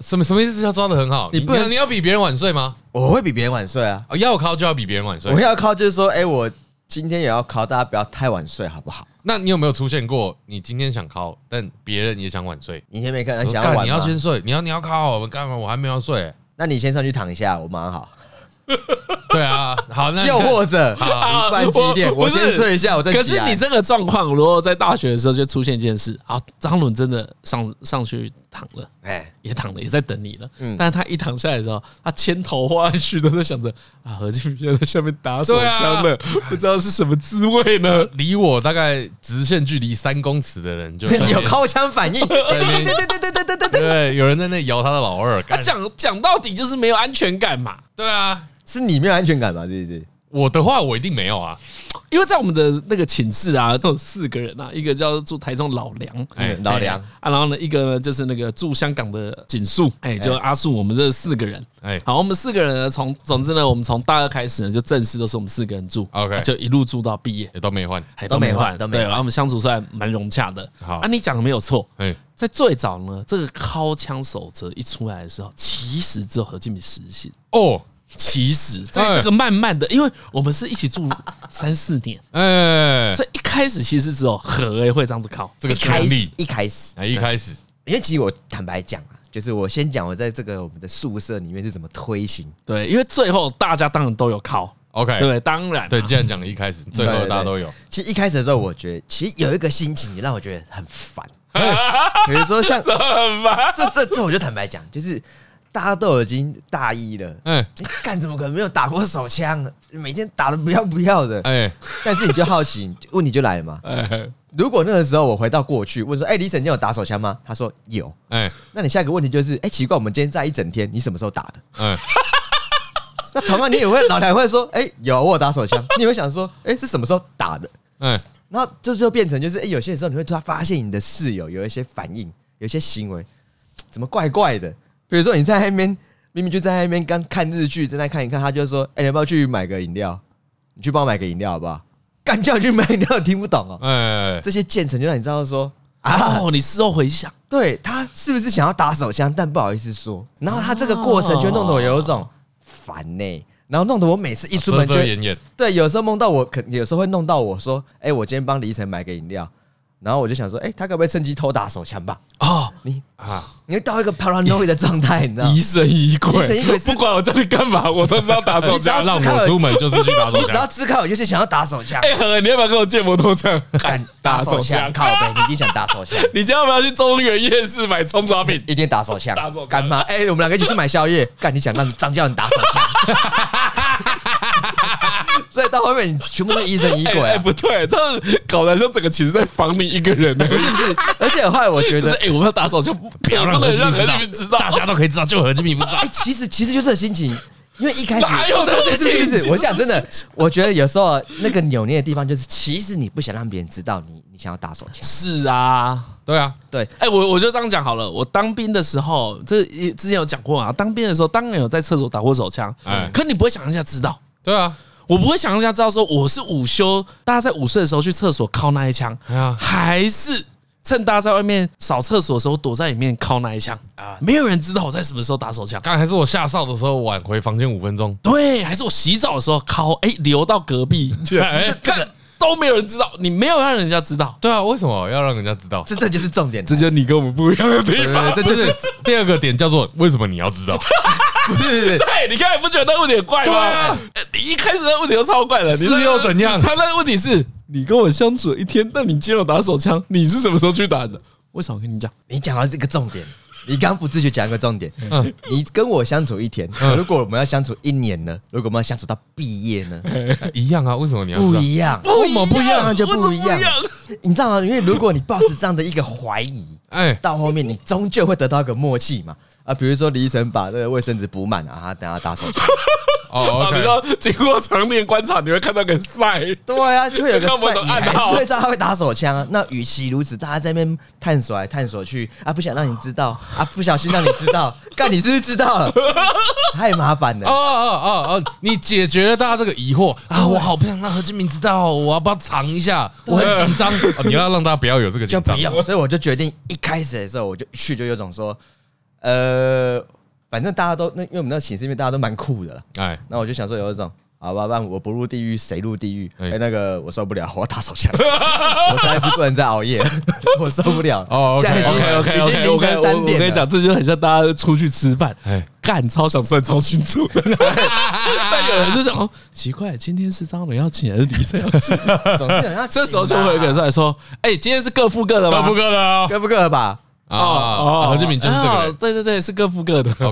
B: 什么什么意思？叫抓的很好，
C: 你
B: 你
C: 不
B: 不
C: 能
B: 能你要比别人晚睡吗？
C: 我会比别人晚睡啊，
B: 哦要靠就要比别人晚睡
C: 我。要靠就是说，哎，我今天也要靠，大家不要太晚睡好不好？
B: 那你有没有出现过，你今天想靠，但别人也想晚睡？
C: 你先没看，
B: 我
C: 想
B: 干
C: 要晚
B: 你要
C: 吗？
B: 先睡，你要你要靠，我干嘛？我还没有睡。
C: 那你先上去躺一下，我马上好。
B: 对啊，好， 那你看
C: 又或者
B: 好
C: 一般几点？
A: 我
C: 我
A: 不是
C: 先睡一下，我再
A: 可
C: 起
A: 是
C: 来
A: 你。这个状况，如果在大学的时候就出现一件事，啊，张伦真的上上去躺了，
C: 哎，
A: 也躺了，也在等你了。
C: 嗯
A: 但是他一躺下来的时候，他千头万绪都在想着啊，何静平在下面打手枪了，不知道是什么滋味呢。
B: 离我大概直线距离三公尺的人就在那 边
C: 有靠枪反应，对对对对对对对对对，
B: 对，有人在那摇他的老二，
A: 他
C: 啊
B: 干
A: 讲讲到底就是没有安全感嘛，
B: 对啊，
C: 是你没有安全感吧？是不是？
B: 我的话我一定没有啊，
A: 因为在我们的那个寝室啊，都有四个人啊，一个叫住台中老梁，
B: 哎
C: 嗯老梁，
A: 啊，然后呢，一个呢就是那个住香港的锦树，哎，就阿树，我们这四个人，
B: 哎，
A: 好，我们四个人呢，从总之呢，我们从大二开始呢，就正式都是我们四个人住
B: OK
A: 啊就一路住到毕业，
B: 也都没换，
A: 哎
C: 都没换都没
A: 对，
C: 换
A: 然后我们相处算蛮融洽的。
B: 好
A: 啊，你讲的没有错，
B: 哎，
A: 在最早呢，这个掏枪守则一出来的时候，其实只有何敬明实行。
B: 哦，
A: 其实，在这个慢慢的，因为我们是一起住三四年，
B: 哎，
A: 所以一开始其实只有何哎会这样子靠。
B: 这
C: 一
B: 个
C: 开
B: 权
C: 始
B: 利，
C: 一开始，
B: 哎，一开始
C: 因为其实我坦白讲啊，就是我先讲我在这个我们的宿舍里面是怎么推行。
A: 对，因为最后大家当然都有靠，对不
B: ，OK，
A: 对？当然啊，
B: 对，既然讲了一开始，最后大家都有，
C: 其实一开始的时候，我觉得其实有一个心情也让我觉得很 烦，比如说像这这这，我就坦白讲，就是大家都已经大一了，
B: 哎
C: 你干怎么可能没有打过手枪？每天打的不要不要的，
B: 哎
C: 但是你就好奇，问题就来了嘛。
B: 哎
C: 如果那个时候我回到过去，问说：“哎、李沈，你有打手枪吗？”他说：“有。
B: 哎”
C: 那你下一个问题就是：“哎、奇怪，我们今天在一整天，你什么时候打的
B: 哎，？”
C: 那同样你也会，老梁会说：“哎、有，我有打手枪。” 你也会想说：“哎、是什么时候打的
B: 哎，？”
C: 然后这就变成就是，哎、有些时候你会突然发现你的室友有一些反应，有一些行为，嘖怎么怪怪的？比如说你在那边明明就在那边刚看日剧，正在看一看，他就说：“哎、你要不要去买个饮料？你去帮我买个饮料好不好？”干叫你去买饮料，听不懂哦。
B: 哎，
C: 这些建成就让你知道说，啊。
A: 哦，你事后回想，
C: 对他是不是想要打手枪，但不好意思说，然后他这个过程就弄得我有一种烦呢、然后弄得我每次一出
B: 遮
C: 门就
B: 遮掩掩，
C: 对，有时候梦到我，可有时候会弄到我说，哎、我今天帮李晨买个饮料，然后我就想说，哎、他该不会趁机偷打手枪吧？
B: 哦
C: 你
B: 啊，
C: 你会到一个 paranoid 的状态，你知道 吗？
A: 疑神疑
C: 疑神疑鬼
A: 鬼，
C: 是
A: 哦不管我叫你干嘛，我都是要打手
C: 你知道
A: 枪。
B: 让我出门就是去打手
C: 你 只要
B: 枪，
C: 自开，我就是想要打手枪，
A: 哎，何，你要不要跟我借摩托车？
C: 敢
A: 打
C: 打
A: 手
C: 手
A: 枪
C: 枪，靠北，你一定想打手枪，
A: 你今天要不要去中原夜市买葱抓 饼？
C: 一定打手枪
A: 打手，枪
C: 干嘛？哎、我们两个一起去买宵 夜，干，你想让张教你打手枪，所以到后面你全部都疑神疑
A: 哎
C: 鬼、
A: 哎，
C: 啊，
A: 不对，这样搞得好像整个寝室在防你一个人 呢。
C: 而且后来我觉
A: 就是
C: 得。
A: 哎，我们要打手枪，不
B: 不要
A: 要
B: 让
A: 不
B: 何
A: 能
B: 志
A: 让
B: 明
A: 人
B: 知
A: 们知
B: 道，大
A: 道。
B: 家都可以知道，就何志明不知道
C: 哎、。其实其实就这个心情，因为一开始
A: 哪有这种
C: 是不是
A: 心
C: 是不
A: 情
C: 是？我讲真的，我觉得有时候那个扭捏的地方就是，其实你不想让别人知道你你想要打手 枪，
A: 是啊，
B: 对啊，
C: 对，
A: 哎、我我就这样讲好了。我当兵的时候，这也之前有讲过啊。当兵的时候，当然有在厕所打过手枪，
B: 哎
A: 可你不会想一下知道，
B: 对啊，
A: 我不会想一下知道说我是午休，大家在午睡的时候去厕所敲那一枪，
B: 哎呀，
A: 还是趁大家在外面扫厕所的时候躲在里面敲那一枪啊？没有人知道我在什么时候打手枪。
B: 刚才是我下哨的时候晚回房间五分钟，
A: 对，还是我洗澡的时候敲，哎、流到隔 壁，
B: 哎
A: 干都没有人知道，你没有让人家知道，
B: 对啊，为什么要让人家知道？
C: 这这就是重点。
A: 这呃就是你跟我们不一样的地方。
B: 这就是第二个点，叫做为什么你要知道？
A: 对，你刚才不觉得那问题很怪吗？
B: 对啊
A: 呃你一开始那问题就超怪了，你
B: 是
A: 那个
B: 又怎样
A: 他那个问题是，你跟我相处了一天，但你今天有打手枪，你是什么时候去打的？为什么我跟你讲？
C: 你讲到这个重点，你刚不自觉讲一个重点。
A: 嗯
C: 你跟我相处一天，如果我们要相处一年呢？如果我们要相处到毕业呢？
B: 一样啊，为什么你要知
C: 不
B: 道？
C: 一样，
A: 为什么不一样
C: 当然就不一
A: 为什么不一
C: 样
A: 样。
C: 你知道吗？因为如果你抱持这样的一个怀疑，
B: 哎，
C: 到后面你终究会得到一个默契嘛。啊，比如说李医生把这个卫生纸补满啊，他等下打手枪。
B: 哦
A: 啊，你
B: ，OK，
A: 说经过常年观察，你会看到个赛，
C: 对啊，就会有个
A: 看不
C: 赛，
A: 懂
C: 你
A: 暗
C: 还
A: 号
C: 是会知道他会打手枪啊。那与其如此，大家在那边探索来探索去啊，不想让你知道啊，不小心让你知道，干你是不是知道了？太麻烦
B: 哦
C: 了。
B: 哦哦哦，你解决了大家这个疑惑啊！我好不想让何志明知道哦，我要不要藏一下？我很紧张， 哦你要让大家不要有这个
C: 就
B: 紧
C: 不
B: 张。
C: 要，所以我就决定一开始的时候，我就去就有种说，呃，反正大家都那，因为我们那寝室里面大家都蛮酷的啦，
B: 哎，
C: 那我就想说有一种，好吧，不然我不入地狱谁入地狱？哎、
B: 哎
C: 那个我受不了，我要打手枪，我实在是不能再熬夜了，我受不了。
B: 哦，OK，
C: 现在已经
A: OK，OK，OK，
C: 已经凌晨
A: 我
C: 三
A: 我跟
C: 点啊
A: 你
C: 了
A: 讲，。这就很像大家出去吃饭
B: 哎，
A: 干超想算超清楚的，但有人就想，哦，奇怪，今天是张伦要请还是李晨要请？
C: 总是有人要
A: 这时候就会
C: 请吧
A: 有一个人出来说，哎，今天是各付各的吗？
B: 各不各的哦
C: 各不各吧？哦
B: 啊！何志明就是这个
A: 哦
B: 人。
A: 对对对，是各付各的。
B: OK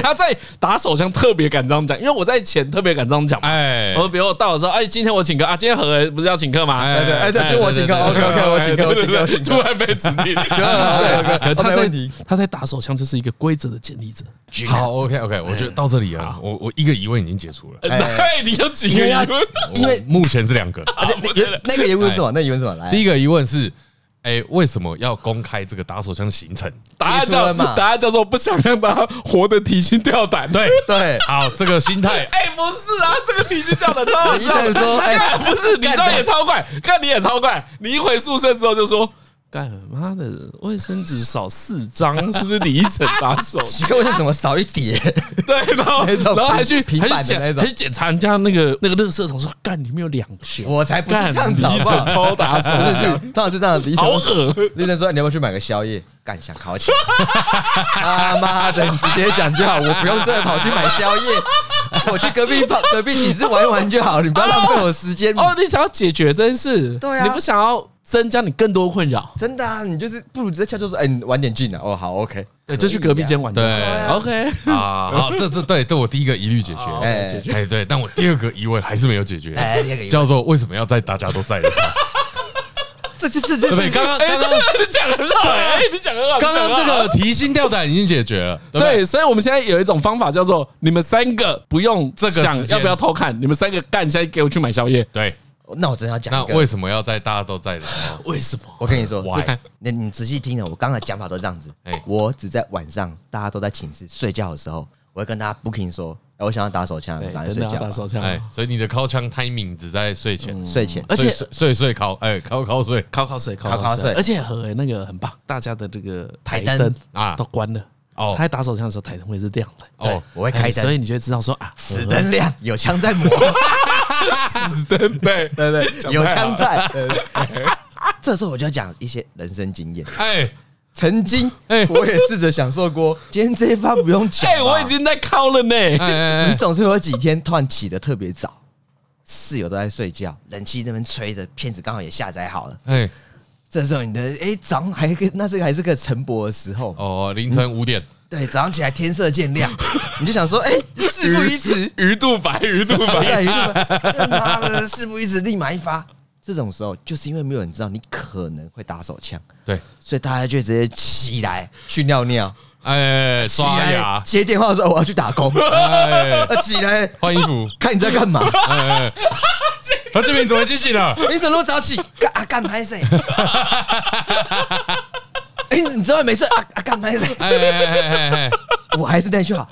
A: 哎 他在打手枪特别敢这样讲，因为我在前特别敢这样讲嘛。
B: 哎
C: 哦
A: 我，说比如我到的时候，哎，今天我请客啊，今天何不是要请客吗？
B: 哎
C: 对对，哎，这
B: 哎
C: 这我请客
B: 对对
C: ，OK
B: 对
C: OK，我请客，我请客，我请
A: 突
C: 客。
A: 然被指定。
C: OK，OK，OK，
A: 可是他
C: 没
A: 在
C: 问题
A: 他在打手枪，就是一个规则的建立者。
B: 好 OK OK，我觉得到这里啊，我我一个疑问已经解除了，
A: 哎
C: 哎
A: 对，你有几
C: 因
A: 个
C: 为
A: 疑
C: 要
A: 问？
C: 因为
B: 我目前是两个。
C: 啊那那那个疑问是什么？那个疑问是什么？来，
B: 第一个疑问是，哎，为什么要公开这个打手枪的行程？
A: 答案
C: 结束
A: 叫
C: 了嘛
A: 答案叫做不想让他活得提心吊胆。
B: 对，
C: 对，
B: 好，这个 心态
A: 哎，不是啊，这个提心吊胆超好
C: 医
A: 笑
C: 生说，哎
A: 干，不是，你
C: 干
A: 这样也超怪，看你也超怪。你一回宿舍之后就说。干妈的卫生纸少四张，是不是你一整把 手？
C: 奇怪，为什么少一叠？
A: 对，然后
C: 那种
A: 然后还去
C: 平
A: 还
C: 平
A: 去检
C: 板的那种
A: 还去检查人家那个那个垃圾桶，说干里面有两球，
C: 我才不是
A: 干
C: 这样子，好
A: 你
C: 不好
A: 整？偷 打手
C: 不是，是通常是这样的，医生
A: 好恶
C: 医生说你要不要去买个宵夜？干想考 起，他妈的，你直接讲就好，我不用真的跑去买宵夜，我去隔壁跑隔壁寝室玩一玩就好，你不要浪费我时间。
A: 哦，你想要解决真是，
C: 对啊
A: 你不想要增加你更多困扰，
C: 真的啊，你就是不如直接敲就说，哎，你晚点进来哦，好，OK，
A: 对，就去隔壁间玩就好。
B: 对啊
A: OK，
B: 啊，好，这这对，这我第一个疑虑解决了。
C: 哎
A: 解决
B: 哎，对，但我第二个疑问还是没有解决，
C: 哎第二个疑问
B: 叫做为什么要在大家都在的时候？
C: 这这这这
B: 对不对？刚刚刚刚
A: 哎你讲得很好，哎，你讲得很好，
B: 刚刚
A: 你
B: 这
A: 讲得很好
C: 哎
B: 个提心吊胆已经解决了，对不对
A: 对，所以我们现在有一种方法叫做你们三个不用
B: 这个时
A: 想
B: 间
A: 要不要偷看，你们三个干，现在给我去买宵夜。
B: 对。
C: 那我真的要讲
B: 那
C: 一
B: 为
C: 个，
B: 什么要在大家都在的时候？
A: 为什么？
C: 我跟你说
B: Why？，
C: 这你你仔细听了，我刚才讲法都这样子
B: 哎，
C: 我只在晚上大家都在寝室睡觉的时候，我会跟大家 booking 说，哎我想要打手枪，
A: 对，
C: 赶快
A: 真
C: 睡
A: 的要
C: 觉
A: 打
C: 吧。
A: 手枪，
B: 哎，所以你的靠枪 timing 只在睡前，
C: 睡前
A: 而且
B: 睡睡睡靠，哎，靠靠睡
A: 考考水，考
C: 考考水
A: 而且很哎那个很棒，大家的这个台
C: 台
A: 灯
C: 灯
A: 啊
B: 啊
A: 都关了。
B: 哦
A: 他在打手枪的时候，台灯会是亮的。
B: 哦，
C: 我会开
A: 哎所
C: 灯，
A: 以你就会知道说啊，
C: 死灯亮，有枪 在磨，
D: 对，
C: 对对对，有枪在。对对
A: 哎
C: 对这时候我就要讲一些人生经验。
B: 哎
C: 曾经，
B: 哎
C: 我也试着享受过，今天这一发不用讲吧。
A: 哎，我已经在靠了呢。
B: 哎哎
C: 你
B: 哎，
C: 总是有几天突然起得特别早，室友都在睡觉，冷气这边吹着，片子刚好也下载好了。
B: 哎
C: 这时候你的哎、早上还跟那是个还是个晨勃的时候，
B: 哦，凌晨五点，
C: 对，早上起来天色渐亮， 你就想说，哎、事不宜 迟，
D: 鱼肚白，鱼肚白，
C: 对，他哎妈的事不宜迟，立马一发。这种时候就是因为没有人知道你可能会打手枪，
B: 对，
C: 所以大家就直接起来去尿尿，
B: 哎，
C: 起
B: 刷
C: 来
B: 牙，
C: 接电话说我要去打工，
B: 哎，
C: 呃起来
B: 换衣服，
C: 看你在干嘛。
B: 哎哎， 哎何志明怎么清醒了？
C: 你怎么那么早起？干啊干拍 谁？哎、你知道没事啊啊干拍谁？
B: 哎哎哎哎哎哎，
C: 我还是那句话，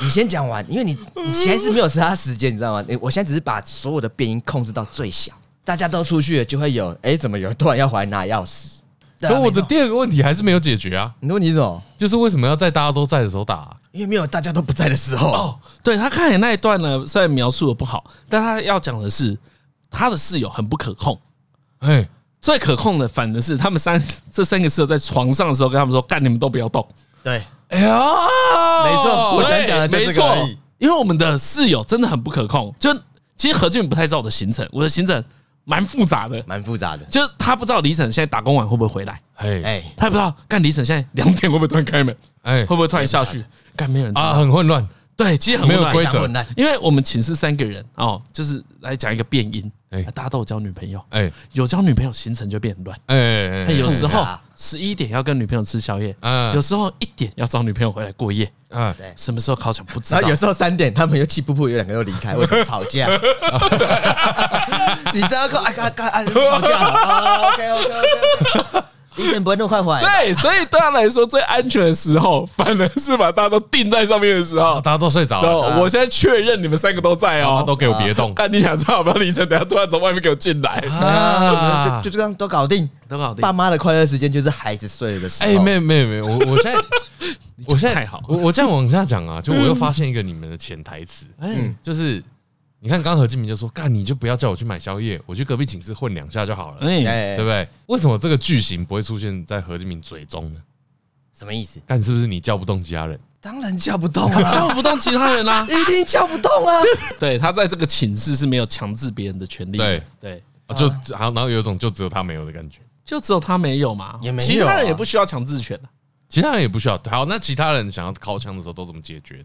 C: 你先讲完，因为你你现在是没有其他时间，你知道吗？你我现在只是把所有的变音控制到最小，大家都出去了，就会有哎、怎么有人突然要回来拿钥匙？对啊
B: 可我的
C: 没错
B: 第二个问题还是没有解决啊，
C: 你问你怎么？
B: 就是为什么要在大家都在的时候打啊？
C: 因为没有大家都不在的时候，
A: 对他看起来那一段呢，虽然描述的不好，但他要讲的是他的室友很不可控。
B: 哎，
A: 最可控的反而是他们三 这三个室友在床上的时候跟他们说：“干，你们都不要动。
C: 对，
B: 哎呀，
C: 没
B: 没
C: 错，我想讲的就
A: 对
C: 是
A: 没
C: 这个
A: 错
C: 而已。，
A: 因为我们的室友真的很不可控。就其实何俊不太知道我的行程，我的行程蛮复杂的，
C: 蛮复杂的。
A: 就是他不知道李晨现在打工完会不会回来，
B: 哎哎
C: 哎、
A: 他也不知道干李晨现在两点会不会突然开门，
B: 哎
A: 会，不会突然下去，干没有人知
B: 啊，
A: 道。
B: 很混乱，
A: 对，其实很
B: 没有
A: 混乱
C: 非
B: 规
C: 常
B: 则
C: 混，乱，
A: 因为我们寝室三个人哦，就是来讲一个变音，
B: 哎
A: 大家都有交女朋友，
B: 哎
A: 有交女朋友行程就变很乱。
B: 哎哎
A: 哎，有时
C: 复
A: 候
C: 杂
A: 十一点要跟女朋友吃宵夜，
B: 嗯
A: 有时候一点要找女朋友回来过夜，
B: 哎
A: 什么时候考场不知道
C: 然后。有时候三点，他们又气噗噗，有两个又离开， 为什么吵架？你这样搞，哎干干哎吵架了，OK OK OK，医生不会弄坏坏。
A: 对，所以对他来说最安全的时候，反而是把大家都定在上面的时候
B: 哦，。大家都睡着
A: 然后
B: 了，
A: 我现在确认你们三个都在
B: 大
A: 啊哦
B: 家，都给我 别动
A: 但你想知道不要李晨，等下突然从外面给我进来，
C: 啊，
B: 啊！
C: 就就这样都搞定。
A: 都搞定
C: 爸妈的快乐时间就是孩子睡了的时候。
B: 哎，没有没有没有，我我现在我现在
A: 太好
B: 我我这样往下讲啊，就我又发现一个你们的潜台词，
A: 嗯，
B: 就是你看，刚刚何敬明就说，干你就不要叫我去买宵夜，我去隔壁寝室混两下就好了，
A: 哎，
C: 哎，
B: 对不对？为什么这个句型不会出现在何敬明嘴中呢？
C: 什么意思？
B: 干是不是你叫不动其他人？
C: 当然叫不动 啊，
A: 叫不动其他人啦、
C: 一定叫不动 啊。
A: 对他在这个寝室是没有强制别人的权利的，对，
B: 啊就好，然后有一种就只有他没有的感觉，
A: 就只有他没有嘛，
C: 也没有啊
A: 其他人也不需要强制权啊
B: 其他人也不需要。好，那其他人想要靠枪的时候都怎么解决的？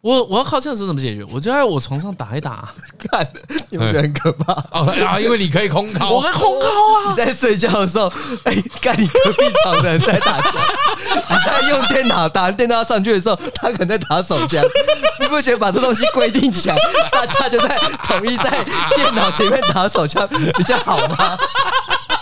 A: 我我要靠近的时候怎么解决？我就在我床上打一打啊、
C: 看，你们觉得很可怕？
B: 哦 啊，因为你可以空靠，
A: 我跟空靠啊，
C: 你在睡觉的时候，哎，看你隔壁床的人在打 枪，你在用电脑打电脑上去的时候，他可能在打手枪，你不觉得把这东西规定起来，大家就在统一在电脑前面打手枪比较好吗？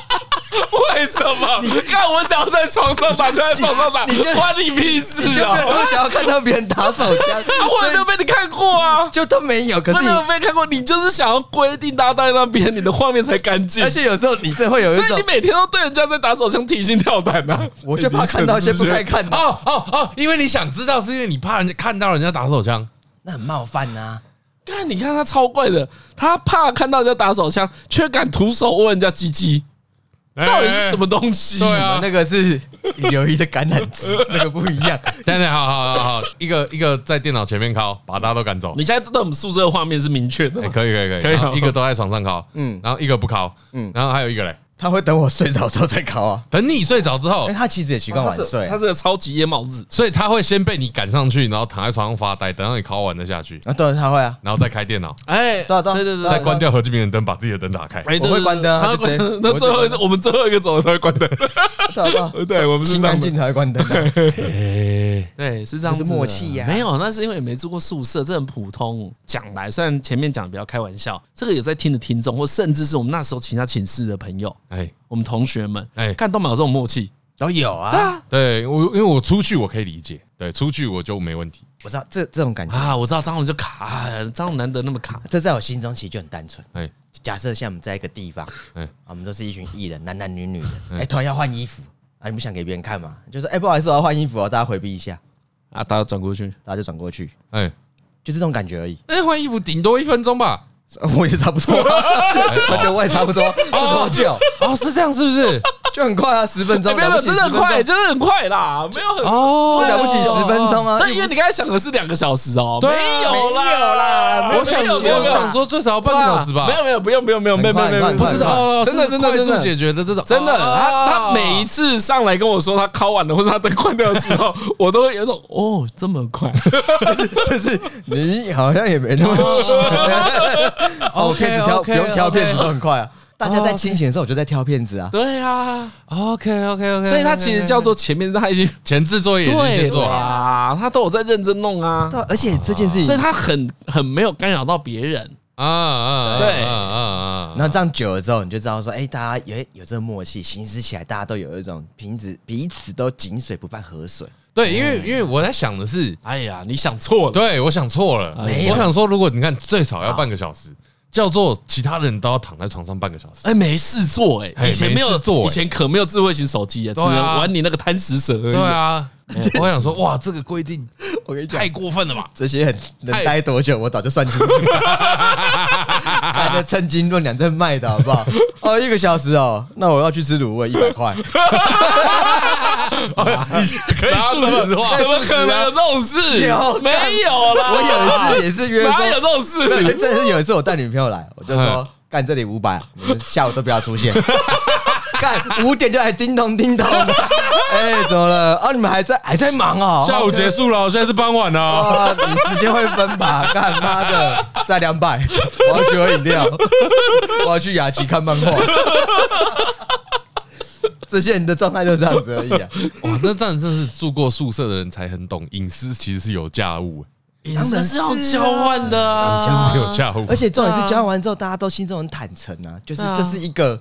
A: 为什么？你看我想要在床上打，就在床上打，
C: 你就
A: 关你屁
C: 你
A: 事
C: 就没
A: 啊！
C: 有人想要看到别人打手枪，
A: 啊， 我
C: 所
A: 也没有
C: 以
A: 被你看过啊，
C: 就都没有。可
A: 我
C: 是
A: 也
C: 你
A: 没，有被看过，你就是想要规定大家待在那边，你的画面才干净
C: 而。且有时候你这会有一
A: 所以
C: 种
A: 你，每天都对人家在打手枪提心吊胆啊！
C: 我就怕看到一些不该看的，
B: 哦哦哦，因为你想知道，是因为你怕人家看到人家打手枪。
C: 那很冒犯啊。
A: 看，你看他超怪的，他怕看到人家打手枪，却敢徒手握人家鸡鸡，到底是什么东西？
B: 对
C: 我
B: 啊
C: 们那个是友谊的橄榄枝，那个不一样。
B: 哎等等，好好好好，一个一个在电脑前面敲，把大家都赶走。
A: 你现在对我们宿舍的画面是明确的
B: 哎、
A: 吗，
B: 可以可以可以，
A: 可以
B: 然后
A: 哦
B: 一个都在床上敲，
C: 嗯
B: 嗯，然后一个不敲，嗯
C: 嗯，
B: 然后还有一个嘞，
C: 他会等我睡着之后再考啊。
B: 等你睡着之后
A: 哎
C: 因为，他其实也习惯晚睡
A: 哦他
C: 啊。
A: 是个超级夜猫子。
B: 所以他会先被你赶上去，然后躺在床上发呆，等到你敲完了下去，
C: 啊，对，他会啊，
B: 然后再开电脑，
A: 哎，
C: 对啊对啊
A: 对对
C: 对
B: 再
A: 对
C: 啊。
B: 关掉何志明的灯，把自己的灯打开。
A: 哎，对
C: 我会关灯啊
A: 他会
C: 就直接
A: 关 那
C: 我会
A: 最后一
C: 关啊
A: 次，我们最后一个走的时候会关灯。
C: 对 啊对啊，
A: 对，我们
C: 清
A: 样
C: 干净才会关灯啊。
A: 对，是这样子的，
C: 这是默契啊呀
A: 没有，那是因为你没住过宿舍，这很普通。讲来，虽然前面讲得比较开玩笑，这个有在听的听众，或甚至是我们那时候其他寝室的朋友，
B: 哎，
A: 我们同学们，哎，
B: 哎
A: 看都没有这种默契。
C: 都有啊，
B: 对我，因为我出去我可以理解，对，出去我就没问题。
C: 我知道这这种感觉，
A: 啊，我知道张龙就卡，张龙难得那么卡，
C: 这在我心中其实就很单纯。
B: 哎
C: 假设像我们在一个地方，啊
B: 哎
C: 我们都是一群艺人，男男女女的，哎、突然要换衣服啊，你不想给别人看嘛？就说哎、不好意思，我要换衣服哦，大家回避一下，
A: 啊，大家转过去，
C: 大家就转过去，
B: 哎
C: 就这种感觉而已。
B: 哎，换衣服顶多一分钟吧。
C: 我也差不多， 我就我也差不多，是多久？
B: 哦，是这样是不是？
C: 就很快啊，十分钟，
A: 哎没
C: 了
A: 有
C: 不起
A: 真的很
C: 10分钟
A: 快，真的很快啦，没有很
B: 哦
A: 快
C: 了不起十分钟啊！
A: 但因为你刚才想的是两个小时哦，
B: 对啊
A: 没有啦，没有
B: 我想
A: 没有没有
B: 我
A: 没有
B: 想说最少要半个小时吧。
A: 没有没有不用不用没有没有
C: 很
A: 没有没
C: 快
A: 有，
C: 很快很快
B: 哦，
A: 真的
B: 是
A: 真的
B: 快
A: 真
B: 速
A: 的
B: 解决的这种，
A: 真的，
B: 哦
A: 他他每一次上来跟我说他敲完了或者他灯关掉的时候， 我都会有一种哦这么快，
C: 就是你好像也没那么急。 哦，
B: OK，
C: 骗子挑
B: OK，
C: 不用挑
B: OK
C: 骗子都很快啊。大家在清醒的时候，我就在挑骗子啊。
A: 哦对啊，
B: OK OK OK，
A: 所以他其实叫做前面他已经
B: 前置作业已经
A: 对
B: 先做好，
A: 啊，他都有在认真弄啊
C: 对，啊，而且这件事
A: 哦所以
C: 情，
A: 他很很没有干扰到别人，
B: 啊啊，
A: 对
B: 啊啊啊
C: 然后这样久了之后，你就知道说，哎，大家有有这个默契，行驶起来大家都有一种彼此彼此都井水不犯河水。
B: 对，因为因为我在想的是，
A: 哎呀，你想错了，
B: 对我想错了，
A: 啊没
C: 有
B: 我想说，如果你看最少要半个小时，叫做其他人都要躺在床上半个小时，
A: 哎，没事做哎，
B: 哎
A: 以前没
B: 没
A: 有
B: 事做哎
A: 以前可没有智慧型手机啊，只
B: 对啊
A: 能玩你那个贪食蛇而已。
B: 对啊，我想说，哇，这个规定
C: 我跟你讲
B: 太，过分了吧？
C: 这些很能待多久，我早就算清楚了。 大家称斤论两在卖的好不好？哦，一个小时哦，那我要去吃卤味，一百块。
A: 可以数值化， 怎么 可能有这种 事？
C: 有
A: 没有啦？
C: 我有一次也是约
A: 哪
C: 说
A: 有这种 事？
C: 对，真的是有一次我带女朋友来，我就说
B: 嗯
C: 干这里五百，你们下午都不要出现。 干五点就来叮咚叮咚， 哎，怎么了？啊，你们还在还在忙哦？
B: 下午结束了，现在是傍晚了，
C: 啊，你时间会分吧？干妈的，再两百，我要去喝饮料， 我要去雅琪看漫画。这些人的状态就这样子而已啊，
B: 哇，那这样真的是住过宿舍的人才很懂，隐私其实是有价物，
A: 隐私是 要交换的啊
B: 是有价物
C: 而，且重点是交完之后，大家都心中很坦诚啊，就是这是一个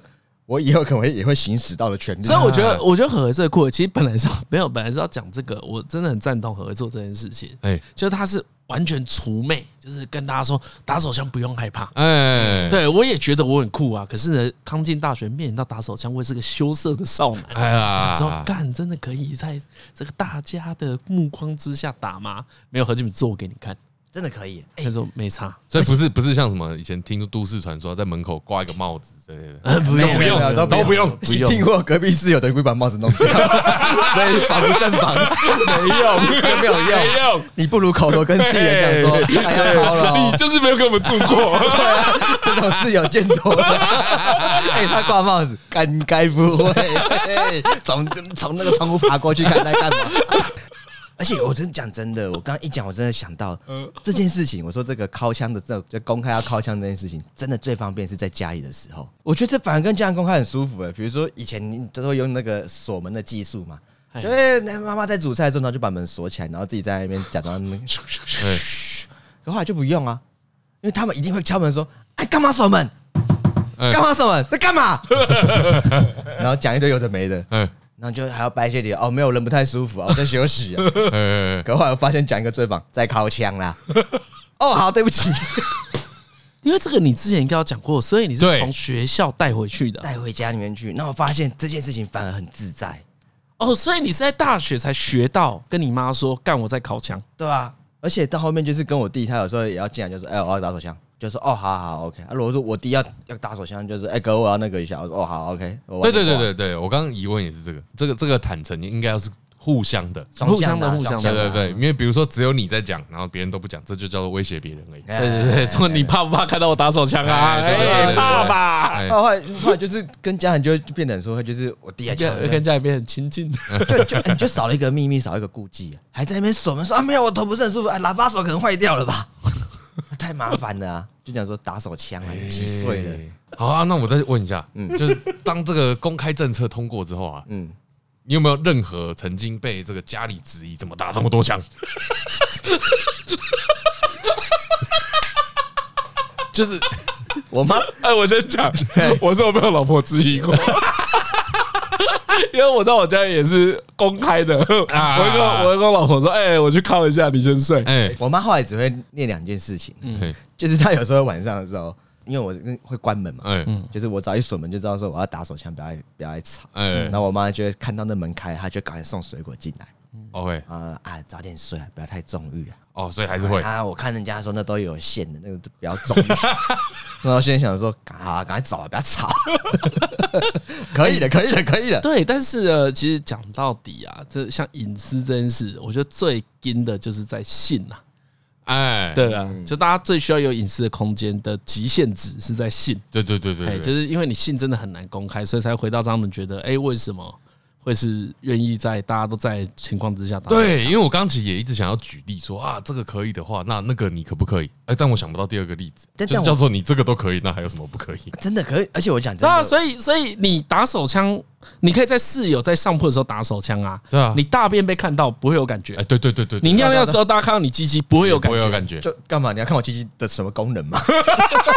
C: 我以后可能会也会行使到的权利。啊
A: 所以我觉得，我觉得合合最酷的，其实本来是要 没有，本来是要讲这个，我真的很赞同合合做这件事情，
B: 哎
A: 就是他是完全除魅，就是跟大家说打手枪不用害怕。
B: 哎，
A: 对，我也觉得我很酷啊。可是呢，刚进大学面临到打手枪，我也是个羞涩的少男。
B: 哎呀，
A: 想说干，真的可以在这个大家的目光之下打吗？没有何俊敏做给你看，
C: 真的可以，
A: 他说没 差，
B: 所以不是不是像什么以前听都市传说，在门口挂一个帽子之类的，哎
A: 不
C: 没有没有都不
B: 用
A: 不用
C: 听过隔壁室友的人会把帽 子弄掉，所以防不胜防，没用，就没有用，
A: 没用，
C: 你不如口头跟自己人讲说，哎呀，高了哦
A: 你，就是没有跟我们住过。
C: 对啊， 这种室友见 多了。哎，他挂帽子，该该不会哎 从从那个窗户爬过去看他干嘛？而且我真讲真的，我刚刚一讲，我真的想到这件事情。我说这个敲枪的，这就公开要敲枪这件事情，真的最方便是在家里的时候。我觉得这反而跟家人公开很舒服诶、欸比如说以前你都会用那个锁门的技术嘛，就哎那妈妈在煮菜的时候，然后就把门锁起来，然后自己在那边假装那边 可后来就不用啊，因为他们一定会敲门说：“哎，干嘛锁门？
B: 哎
C: 干嘛锁门？在干嘛？”然后讲一堆有的没的，
B: 哎
C: 然后就还要掰一些理由。哦，没有人不太舒服啊，我在休息啊。
B: 哎 哎，
C: 可后来我发现讲一个最棒，在靠枪啦。哦，好，对不起，
A: 因为这个你之前应该有讲过，所以你是
B: 对
A: 从学校带回去的
C: 带回家里面去。那我发现这件事情反而很自在，
A: 哦，所以你是在大学才学到跟你妈说干我在烤枪，
C: 对吧、而且到后面就是跟我弟，他有时候也要进来，就说：“哎、我要打手枪。”就说：“哦，好好好，OK。”啊，如果说我弟要要打手枪，就是：“哎、哥，我要那个一下。”我说：“哦，好，OK。”
B: 对对对对对，我刚刚疑问也是这个，这个这个坦诚应该要是互相的，
C: 双
A: 互相
C: 向
A: 的
C: 啊
A: 互相的
C: 双
B: 对
C: 向啊
B: 对对，因为比如说只有你在讲，然后别人都不讲，这就叫做威胁别人
C: 哎
B: 而
A: 对
B: 已。
A: 对对，说你怕不怕看到我打手枪啊？
B: 哎对对对
A: 哎，
B: 对
A: 怕吧？
B: 哎
C: 后来后来就是跟家人就会变得很说，就是我弟还敲
A: 跟跟家里面很亲近，
C: 就就哎你就少了一个秘密，少了一个顾忌，还在那边锁门说啊没有，我头不是很舒服，哎，喇叭手可能坏掉了吧， 太麻烦了啊！就讲说打手枪啊，你几岁了？
B: 哎好啊，那我再问一下， 就是当这个公开政策通过之后啊，
C: 嗯，
B: 你有没有任何曾经被这个家里质疑怎么打这么多枪？就是
C: 我妈
B: 哎
D: 哎，我先讲，我是有被我老婆质疑过，
A: 因为我在我家也是公开的，我会
B: 啊
A: 跟我会跟我老婆说，哎，我去靠一下，你先睡。
B: 哎，
C: 我妈后来只会念两件事情，
B: 嗯，
C: 就是她有时候晚上的时候，因为我会关门嘛，
B: 哎，
C: 就是我只要一锁门就知道说我要打手枪，不要来不要来吵。
B: 哎
C: 然后我妈就会看到那门开，她就赶快送水果进来。
B: ，OK，
C: 啊啊，早点睡啊，不要太纵欲啊。
B: 哦，所以还是会，
C: 啊，我看人家说那都有线的，那个都不要纵 欲。然后现在想说，啊，赶快走啊，不要吵。 可以的，可以的，可以的。
A: 对，但是呢，其实讲到底啊，这像隐私这件事，我觉得最硬的就是在性啊，
B: 哎，
A: 对啊，就大家最需要有隐私的空间的极限值是在性，
B: 对对对对
A: 哎，
B: 对，
A: 就是因为你性真的很难公开，所以才回到他们觉得，哎，为什么会是愿意在大家都在的情况之下打手枪？
B: 对，因为我刚其实也一直想要举例说啊，这个可以的话，那那个你可不可以？哎、但我想不到第二个例子，
C: 但
B: 就是
C: 但我
B: 叫做你这个都可以，那还有什么不可以？
C: 真的可以，而且我讲真
A: 对啊，
C: 的，
A: 所以所以你打手枪，你可以在室友在上铺的时候打手枪啊。
B: 对啊
A: 你大便被看到不会有感觉
B: 哎、，对对对对，啊
A: 你尿尿的时候大家看到你鸡鸡不会
B: 会
A: 有感觉，
B: 有感觉，
C: 就干嘛？你要看我鸡鸡的什么功能吗？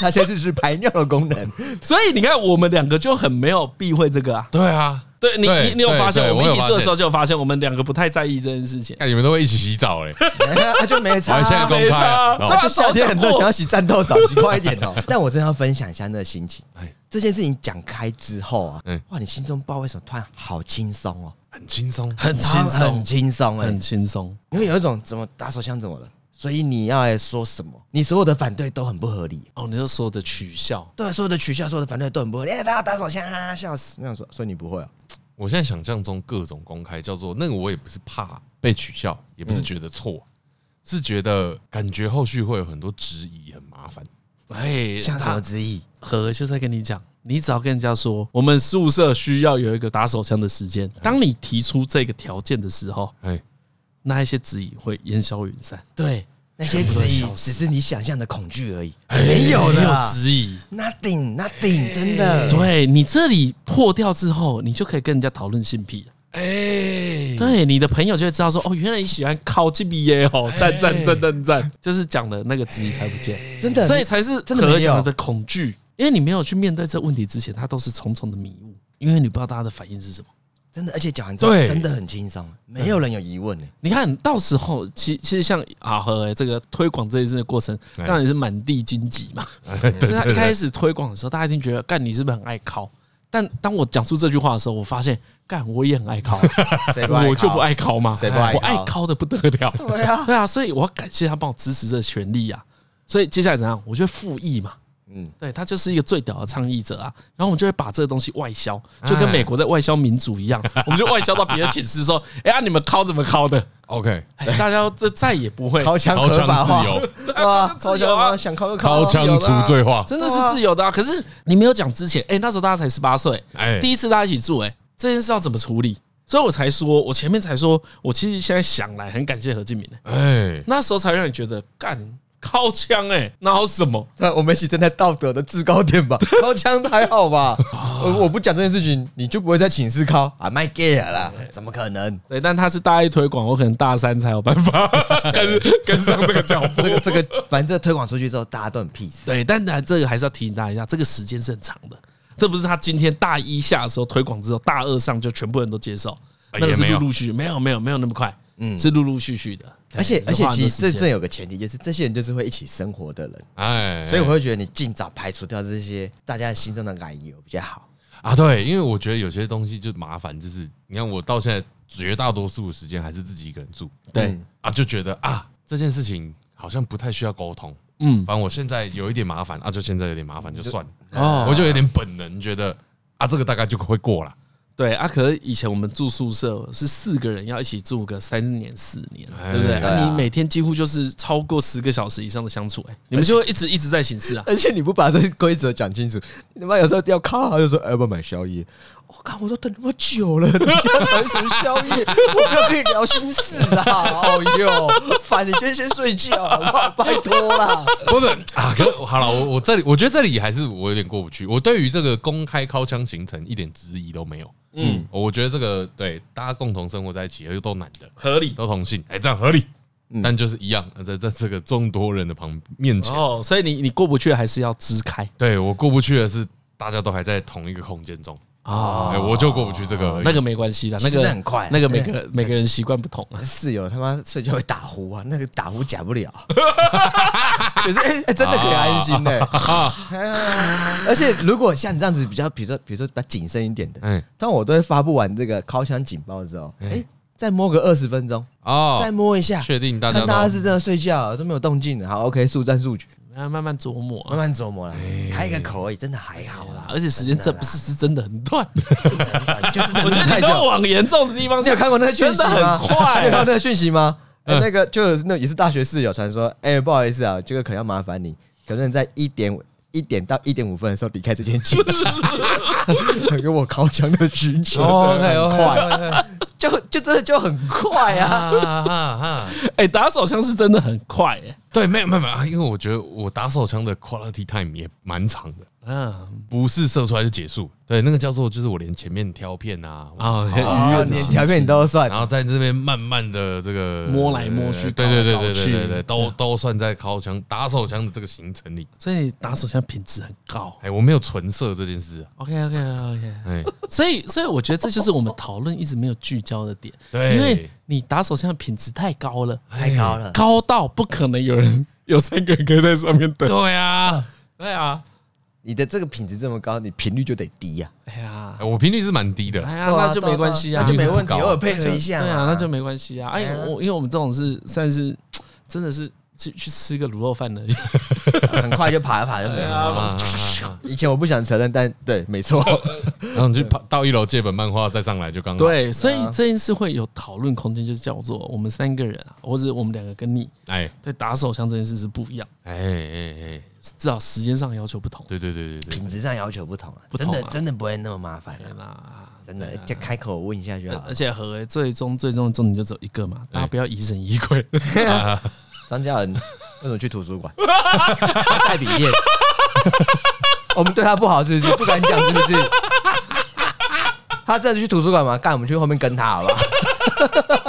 C: 它现在就是排尿的功能。
A: 所以你看我们两个就很没有避讳这个啊。
B: 对啊，
A: 对你
B: 对
A: 你你有
B: 对
A: 发现
B: 对
A: 我们一
B: 有
A: 起
B: 发
A: 做的时候
B: 现，
A: 就有发现，我们两个不太在意这件事情。
B: 看你们都会一起洗澡嘞、哎
C: 啊，就没差、
B: 好现在公
A: 没
B: 开
A: 差
B: 啊，
A: 对
B: 哦
A: 啊
C: 就夏天很热，想要洗战斗澡，洗快一点哦。但我真的要分享一下那个心情
B: 哎。
C: 这件事情讲开之后啊
B: 嗯，
C: 哇，你心中不知道为什么突然好轻松哦，
B: 很轻松，
A: 很轻
C: 超很
A: 松，
C: 轻松哎
A: 很，轻松。
C: 因为有一种怎么打手枪怎么了，所以你要来说什么，你所有的反对都很不合理，
A: 哦，你就说的取笑，
C: 对，啊所有的取笑，所有的反对都很不合理。哎，他要打手枪啊，笑死！那样说，所以你不会啊？
B: 我现在想象中各种公开叫做那个，我也不是怕被取笑，也不是觉得错，
A: 嗯
B: 是觉得感觉后续会有很多质疑，很麻烦。
A: 哎，
C: 像什么之意？
A: 何就在跟你讲，你只要跟人家说，我们宿舍需要有一个打手枪的时
B: 嗯
A: 间。当你提出这个条件的时候，
B: 哎、
A: 那一些质疑会烟消云散，
C: 对，那些
A: 全部
C: 质
A: 都
C: 疑
A: 笑死
C: 只是你想象的恐惧而已，没有哎的啊
A: 质疑。
C: ，nothing nothing，真的。
A: 对你这里破掉之后，你就可以跟人家讨论性癖了。哎，对，你的朋友就会知道说，哦，原来你喜欢靠近鼻耶哦，
C: 哎
A: 赞赞赞赞赞，就是讲的那个质疑才不见，
C: 真的
A: 所以才是
C: 真的没有
A: 何讲的恐惧，因为你没有去面对这问题之前，它都是重重的迷雾，因为你不知道大家的反应是什么。
C: 真的，而且讲完之后
B: 对
C: 真的很轻松，没有人有疑问呢。
A: 你看到时候，其其实像啊和这个推广这一次的过程，
B: 哎
A: 当然也是满地荆棘嘛。所以他一开始推广的时候，大家一定觉得干你是不是很爱靠？但当我讲出这句话的时候，我发现干我也很爱靠，
C: 谁嗯不爱？
A: 我就不爱。靠嘛，
C: 谁不爱
A: 我
C: 靠
A: 爱靠的不得了。
C: 对啊，
A: 对啊，所以我要感谢他帮我支持这个权利啊。所以接下来怎样？我就复议嘛。
C: 嗯，
A: 对他就是一个最屌的倡议者啊，然后我们就会把这个东西外销，
C: 哎
A: 就跟美国在外销民主 一样，我们就外销到别的寝室说， 哎呀，你们靠怎么靠的？
B: OK，
A: 哎，大家这再也不会，
C: 掏枪
B: 掏
C: 合法
B: 枪
C: 化
B: 自， 由，
C: 哇，
A: 掏枪自由啊
C: 掏枪合法想靠就靠
B: 掏
C: 啊。
B: 枪除罪化，
A: 真的是自由的啊。可是你没有讲之前，哎，那时候大家才十八岁，
B: 哎
A: 第一次大家一起住，哎，这件事要怎么处理？所以我才说，我前面才说，我其实现在想来很感谢何敬明的，欸
B: 哎，
A: 那时候才让你觉得干靠枪哎，哪有什么？
C: 那我们一起站在道德的制高点吧，掏枪还好吧？
A: 哦
C: 我我不讲这件事情，你就不会在寝室靠啊？卖 gay 了啦？怎么可能？
A: 对，但他是大一推广，我可能大三才有办法 跟跟上这个脚步
C: 这。个这个，反正这个推广出去之后，大家都很 peace。
A: 对，但呢，这个还是要提醒大家一下，这个时间是很长的，这不是他今天大一下的时候推广之后，大二上就全部人都接受，那个
B: 也
A: 是
B: 没
A: 陆
B: 有
A: 陆续续，哎没有没有没有那么快，嗯，是陆陆续续的。对
C: 而且
A: 是
C: 而且
A: 花，很
C: 其
A: 多
C: 实这
A: 时间
C: 这有个前提，就是这些人就是会一起生活的人，
B: 哎，
C: 所以我会觉得你尽早排除掉这些大家心中的奶油比较好。
B: 啊，对，因为我觉得有些东西就麻烦，就是你看我到现在绝大多数的时间还是自己一个人住，
A: 对
C: 嗯，
B: 啊，就觉得啊这件事情好像不太需要沟通，
A: 嗯，
B: 反正我现在有一点麻烦啊，就现在有点麻烦就算了，
A: 哦
B: 我就有点本能觉得啊这个大概就会过了，
A: 对啊，可是以前我们住宿舍是四个人要一起住个三年四年，
B: 哎
A: 对不对？
C: 对
A: 啊
C: 啊
A: 你每天几乎就是超过十个小时以上的相处，哎，你们就会一直一直在寝室 啊。
C: 而且你不把这些规则讲清楚，你他妈有时候要靠，他就说哎要不要买宵夜？我靠，我都等那么久了，你竟然买什么宵夜？ 我没有跟你聊心事啊！哦哟，烦，你就先睡觉好不好？拜托啦！
B: 不不 啊，可好了，我我这里我觉得这里还是我有点过不去，我对于这个公开靠枪行程一点质疑都没有，
A: 嗯，
B: 我觉得这个对大家共同生活在一起又都男的，
A: 合理
B: 都同性，哎、这样合理。但就是一样，在在这个众多人的旁面前，
A: 哦，所以你你过不去还是要支开。
B: 对我过不去的是，大家都还在同一个空间中，
A: 啊
B: 哎，我就过不去这个而已
A: 那个没关系啦，那
C: 其实
A: 个
C: 那很快啊
A: 那个每个每个人习惯不同啊。
C: 室友他妈睡觉会打呼啊，那个打呼假不 了，可是、哎哎真的可以安心的、啊 而且如果像你这样子比较，比如说比如说比较谨慎一点的，
B: 哎
C: 当我都会发布完这个敲响警报之后，哎、再摸个二十分钟，再
B: 哦，
C: 摸一下，
B: 确定大家
C: 看大家
B: 都
C: 是真的睡觉都没有动静了，好，OK，速战速决，
A: 慢慢慢琢磨
C: 慢
A: 啊，
C: 慢琢磨啦，开个口而已，真的还好啦，
A: 而且时间这不是是真的很 短，
C: 就真的
A: 我觉得
C: 太
A: 你
C: 久
A: 都往严重的地方
C: 你
A: 去
C: 有。看过那个讯息
A: 真的
C: 吗？
A: 很快啊
C: 你有看过那个讯息吗？哎
B: 嗯
C: 那个就有那也是大学室友传说，哎，不好意思啊，这个可能要麻烦你，可能在一点一点到一点五分的时候离开这间寝 室，给我靠墙的需求，
A: 哦
B: OK
C: 很
B: OK
C: 快，
B: 啊
C: 就就真的就很快啊。
B: 啊啊！
A: 哎，打手枪是真的很快哎。
B: 对，没有没有没啊有，因为我觉得我打手枪的 quality time 也蛮长的，
A: 嗯，
B: 不是射出来就结束。对，那个叫做就是我连前面挑片啊，
A: 啊，
C: 哦，
A: 愉悦的
C: 连
A: 心
C: 条
A: 情哎
C: 片你都算
B: 然，后在这边慢慢的这个
A: 摸来摸去
B: 对对对
A: 搞来搞
B: 对对
A: 去
B: 对啊对，都都算在靠枪打手枪的这个行程里。
A: 所以你打手枪品质很高。
B: 哎，我没有纯射这件事啊，
A: OK OK OK，
B: 哎，
A: 所以所以我觉得这就是我们讨论一直没有聚焦的点，
B: 对
A: 因为你打手枪的品质太高了，
C: 太高了。
A: 高到不可能有人有三个人可以在上面等。
B: 对啊，对啊，
C: 你的这个品质这么高，你频率就得低啊呀。
A: 哎呀
B: 哎，我频率是蛮低的，
A: 哎呀，
C: 对啊
A: 那就没关系啊，
C: 那就没问题，
B: 高啊
C: 偶尔配合一下嘛。
A: 对啊，那就没关系啊。哎
C: 哎呀，
A: 我因为我们这种是算是真的是去去吃个卤肉饭而已。
C: 很快就爬一爬就没
B: 啊
C: 了。
B: 啊啊啊啊
C: 以前我不想承认，但对，没错，
B: 然后你去跑到一楼借本漫画，再上来就刚 好。，
A: 对，所以这件事会有讨论空间，就叫做我们三个人啊，或者我们两个跟你
B: 哎
A: 对打手枪这件事是不一样，
B: 哎哎哎，
A: 至少时间上的要求不同。
B: 对对对对
C: 品
B: 对，
C: 质上要求不同啊，
A: 不
C: 真
A: 同啊
C: 的真的不会那么麻烦啊，
A: 那
C: 真的就开口问一下就好
A: 而
C: 了。
A: 且何为最终最终的重点就只有一个嘛，大家不要疑神疑鬼。
C: 张嘉伦为什么去图书馆？他带笔电， 我们对他不好是不是？不敢讲是不是？他真的去图书馆吗？干，我们去后面跟他好不好？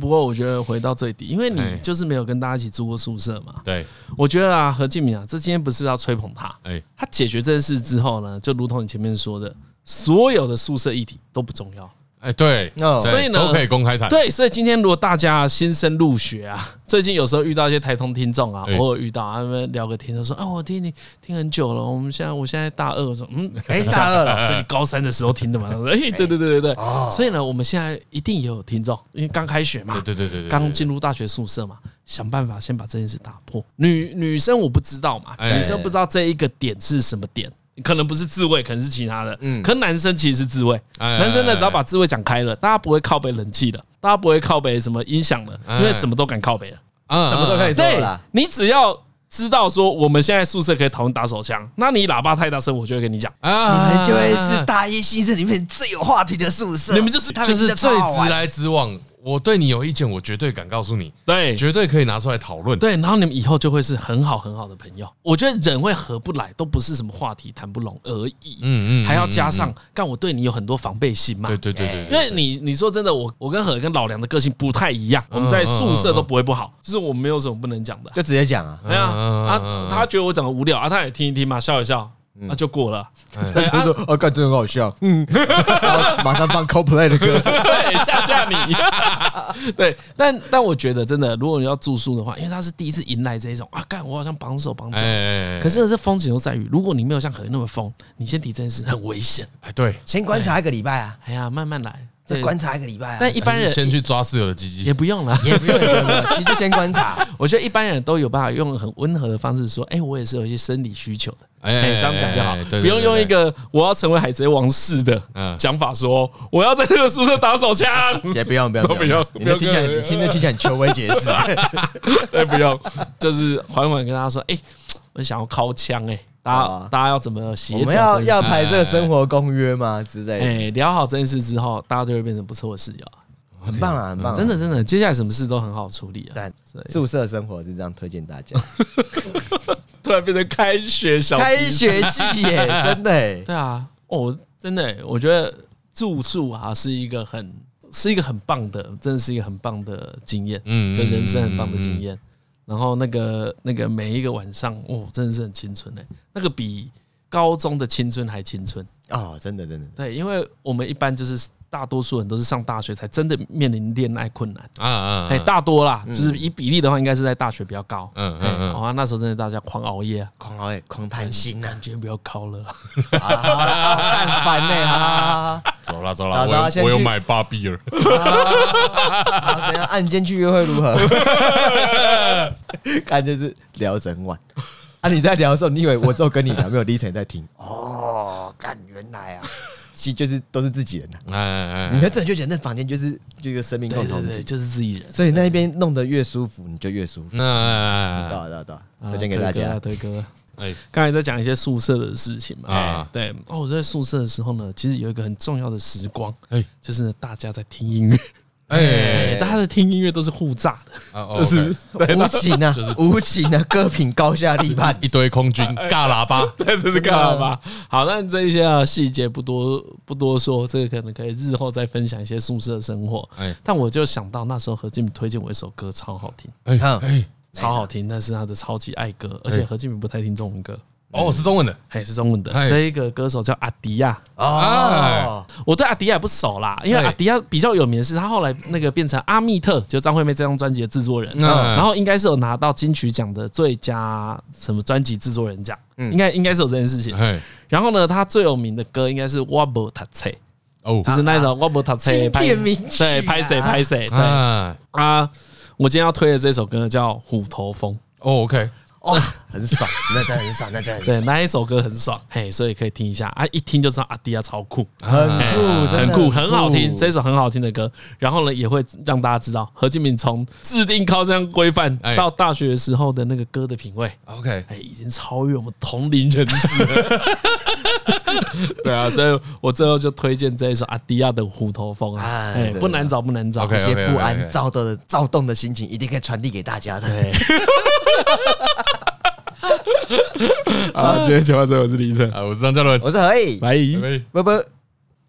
A: 不过我觉得回到最底，因为
B: 哎
A: 你就是没有跟大家一起住过宿舍嘛。
B: 对，
A: 我觉得啊，何敬明啊，这今天不是要吹捧他，
B: 哎
A: 他解决这件事之后呢，就如同你前面说的，所有的宿舍议题都不重要。
B: 哎对，
C: 哦
B: 对
A: 所以呢
B: 都可以公开谈。
A: 对，所以今天如果大家新生入学啊， 最近有时候遇到一些台通听众啊，
B: 哎
A: 偶尔遇到啊他们聊个天，就说：“哦，我听你听很久了，我们现在我现在大二。”我说：“嗯，
C: 哎，大二 了，
A: 所以你高三的时候听的嘛？”他说：“哎，对对对对对。”所以呢，我们现在一定也有听众，因为刚开学嘛，
B: 对对对对对，
A: 刚进入大学宿舍嘛，想办法先把这件事打破。女女生我不知道嘛，
B: 哎
A: 女生不知道这一个点是什么点，可能不是自慰，可能是其他的。
C: 嗯
A: 可男生其实是自慰，
B: 哎
A: 男生呢只要把自慰讲开了，大家不会靠背冷气的，大家不会靠背什么音响的，
B: 哎
A: 因为什么都敢靠背了。
B: 什
C: 什么都可以做
A: 对
C: 了啦。
A: 你只要知道说我们现在宿舍可以讨论打手枪，那你喇叭太大声，我就会跟你讲。
B: 啊
C: 你们哎就会是大一新生里面最有话题的宿舍，
A: 你们就是
C: 他
B: 就
C: 们
B: 是
C: 真的
B: 最
C: 超好玩
B: 直来直往。我对你有意见，我绝对敢告诉你，
A: 对，
B: 绝对可以拿出来讨论。
A: 对，然后你们以后就会是很好很好的朋友。我觉得人会合不来，都不是什么话题谈不拢而已。
B: 嗯嗯嗯
A: 还要加上，干我对你有很多防备心嘛。
B: 对对对对，对嗯
A: 因为你你说真的，我我跟何跟老梁的个性不太一样，我们在宿舍都不会不好，就是我们没有什么不能讲的。
C: 就直接讲啊，
A: 对啊，
B: 嗯嗯嗯
A: 啊，他觉得我讲的无聊啊，他也听一听嘛，笑一笑，那就过 了。对
C: 他
A: 啊，
C: 说：“哦，干，真的很好笑。”嗯， 然后马上放 CoPlay 的歌。
A: 对，吓吓你。 对，但但我觉得真的，如果你要住宿的话，因为他是第一次迎来这一种啊，干我好像绑手绑脚
B: 哎，哎，哎
A: 可是呢，这风景就在于，如果你没有像何那么疯，你先提这件事很危险。
B: 哎对，
C: 先观察一个礼拜啊，
A: 哎呀，慢慢来，
C: 再
A: 对
C: 观察一个礼拜啊。
A: 但一般人
B: 先去抓室友的鸡
A: 也
B: 鸡，
A: 不用了。
C: 也不用不用，不用其实就先观察。
A: 我觉得一般人都有办法用很温和的方式说，哎，我也是有一些生理需求的。
B: 哎
A: 哎，这样讲就好
B: 哎哎哎对，
A: 不用
B: 对对
A: 用一个我要成为海贼王式的
B: 嗯
A: 讲法说，我要在这个宿舍打 手枪。
C: 也不用不用
A: 都不用
C: 你那听起来
A: 不用
C: 你听着听起来很求威解 释。
A: 对，哎不用，就是缓缓跟他说，哎，我想要靠枪，哎，大
C: 好啊
A: 家大家要怎么协
C: 我
A: 调这件
C: 们
A: 事？
C: 要要排这个生活公约吗？之类
A: 哎聊好这件事之后，大家就会变成不错的室友啊。
C: 的，很棒啊，很棒啊，
A: 真的真的，接下来什么事都很好处理啊。
C: 但
A: 对
C: 宿舍生活是这样推荐 大家，
A: 突然变成开学小
C: 开学季耶，真的耶，
A: 对啊，哦，真的耶，我觉得住宿啊是一个很是一个很棒的，真的是一个很棒的经验，
B: 嗯
A: 就人生很棒的
B: 验。嗯嗯嗯
A: 经验。欸然后那个那个每一个晚上，哦，真的是很青春哎，那个比高中的青春还青春。
C: 哦，真的真 的，
A: 对，因为我们一般就是大多数人都是上大学才真的面临恋爱困难，
B: 啊啊，
A: 哎，大多啦，
C: 嗯
A: 就是以比例的话，应该是在大学比较高。嗯
B: 嗯嗯嗯
A: 嗯，哇，那时候真的大家狂熬夜啊，
C: 狂熬夜，狂贪心啊，
A: 感觉比较高了。
C: 啊好
A: 哦
C: 啦好干烦
A: 欸
C: 呢啊！
B: 走了走
C: 早
B: 了，
C: 知
B: 我
C: 道
B: 有
C: 先
B: 我有
C: 去
B: 买芭比了，
C: 好，啊怎样？按间去约会如 何？看就是聊整晚。啊，你在聊的时候，你以为我只有跟你聊，没有李晨也在听？哦，干，原来啊，嗯其实就是都是自己人呐、
B: 哎哎
C: 你
B: 哎，
C: 看，这就觉得那房间就是就一个生命
A: 对
C: 共
A: 对
C: 同
A: 对，
C: 体，
A: 就是自己人。
C: 所以那边弄得越舒服，你就越舒服。
B: 那
C: 到了到了到
A: 啊
C: 了，推荐给大家。
A: 推歌啊推歌啊。
B: 哎
A: 刚才在讲一些宿舍的事情嘛，
B: 啊
A: 啊，对，哦，我在宿舍的时候呢，其实有一个很重要的时光，
B: 哎
A: 就是呢大家在听音乐，
B: 哎，
A: 哎，大家的听音乐都是互炸的，
B: 啊
A: 就
B: OK
A: 是
C: 无情啊，无情啊，歌品高下立 判。
B: 一堆空军尬喇叭，
A: 但是是干了吧？好，那这一些啊细节不多不多说，这个可能可以日后再分享一些宿舍生活。
B: 哎
A: 但我就想到那时候何敬明推荐我一首歌，超好听，
B: 哎
C: 看
B: 哎，
A: 超好听，但是他的超级爱歌，而且何敬明不太听中文歌，
B: 哦是中文的，
A: 还是中文的
B: 哎。
A: 这一个歌手叫阿迪亚，
C: 啊哦，
A: 我对阿迪亚也不熟啦，因为
B: 对
A: 阿迪亚比较有名的是他后来那个变成阿密特，就张惠妹这张专辑的制作人，
B: 嗯
A: 然后应该是有拿到金曲奖的最佳什么专辑制作人奖，
B: 嗯
A: 应该应该是有这件事情。
B: 哎
A: 然后呢，他最有名的歌应该是《我无读册》，
B: 哦
A: 就是那种《我无读册》
C: 经
A: 拍
C: 典名曲啊
A: 对，拍谁拍谁对
B: 啊
A: 啊。我今天要推的这首歌叫《虎头蜂》，
B: 哦 OK，
C: 哇，很爽，那真的很爽，那真的很
A: 对，
C: 爽，
A: 那一首歌很爽，嘿，所以可以听一下啊，一听就知道阿迪亚超酷。
C: 很
A: 哎
C: 酷，真
A: 很
C: 的
A: 酷，很好听，
C: 酷
A: 这首很好听的歌。然后呢，也会让大家知道何敬敏从制定靠箱规范
B: 哎
A: 到大学的时候的那个歌的品味，
B: OK，
A: 哎，已经超越我们同龄人士了。 对啊，所以我最后就推荐这一首阿迪亚的《虎头蜂》啊，
C: 哎
A: 哎，
C: 真的
A: 不难找，不难找。
B: OK
C: 这些不
B: OK，OK，OK
C: 安、躁动的躁动的心情，一定可以传递给大家的。
A: 对。好，今天节目最后是李晨，
B: 啊我是张嘉伦，
C: 我是何以，
A: 拜。
B: 拜拜
C: 拜拜。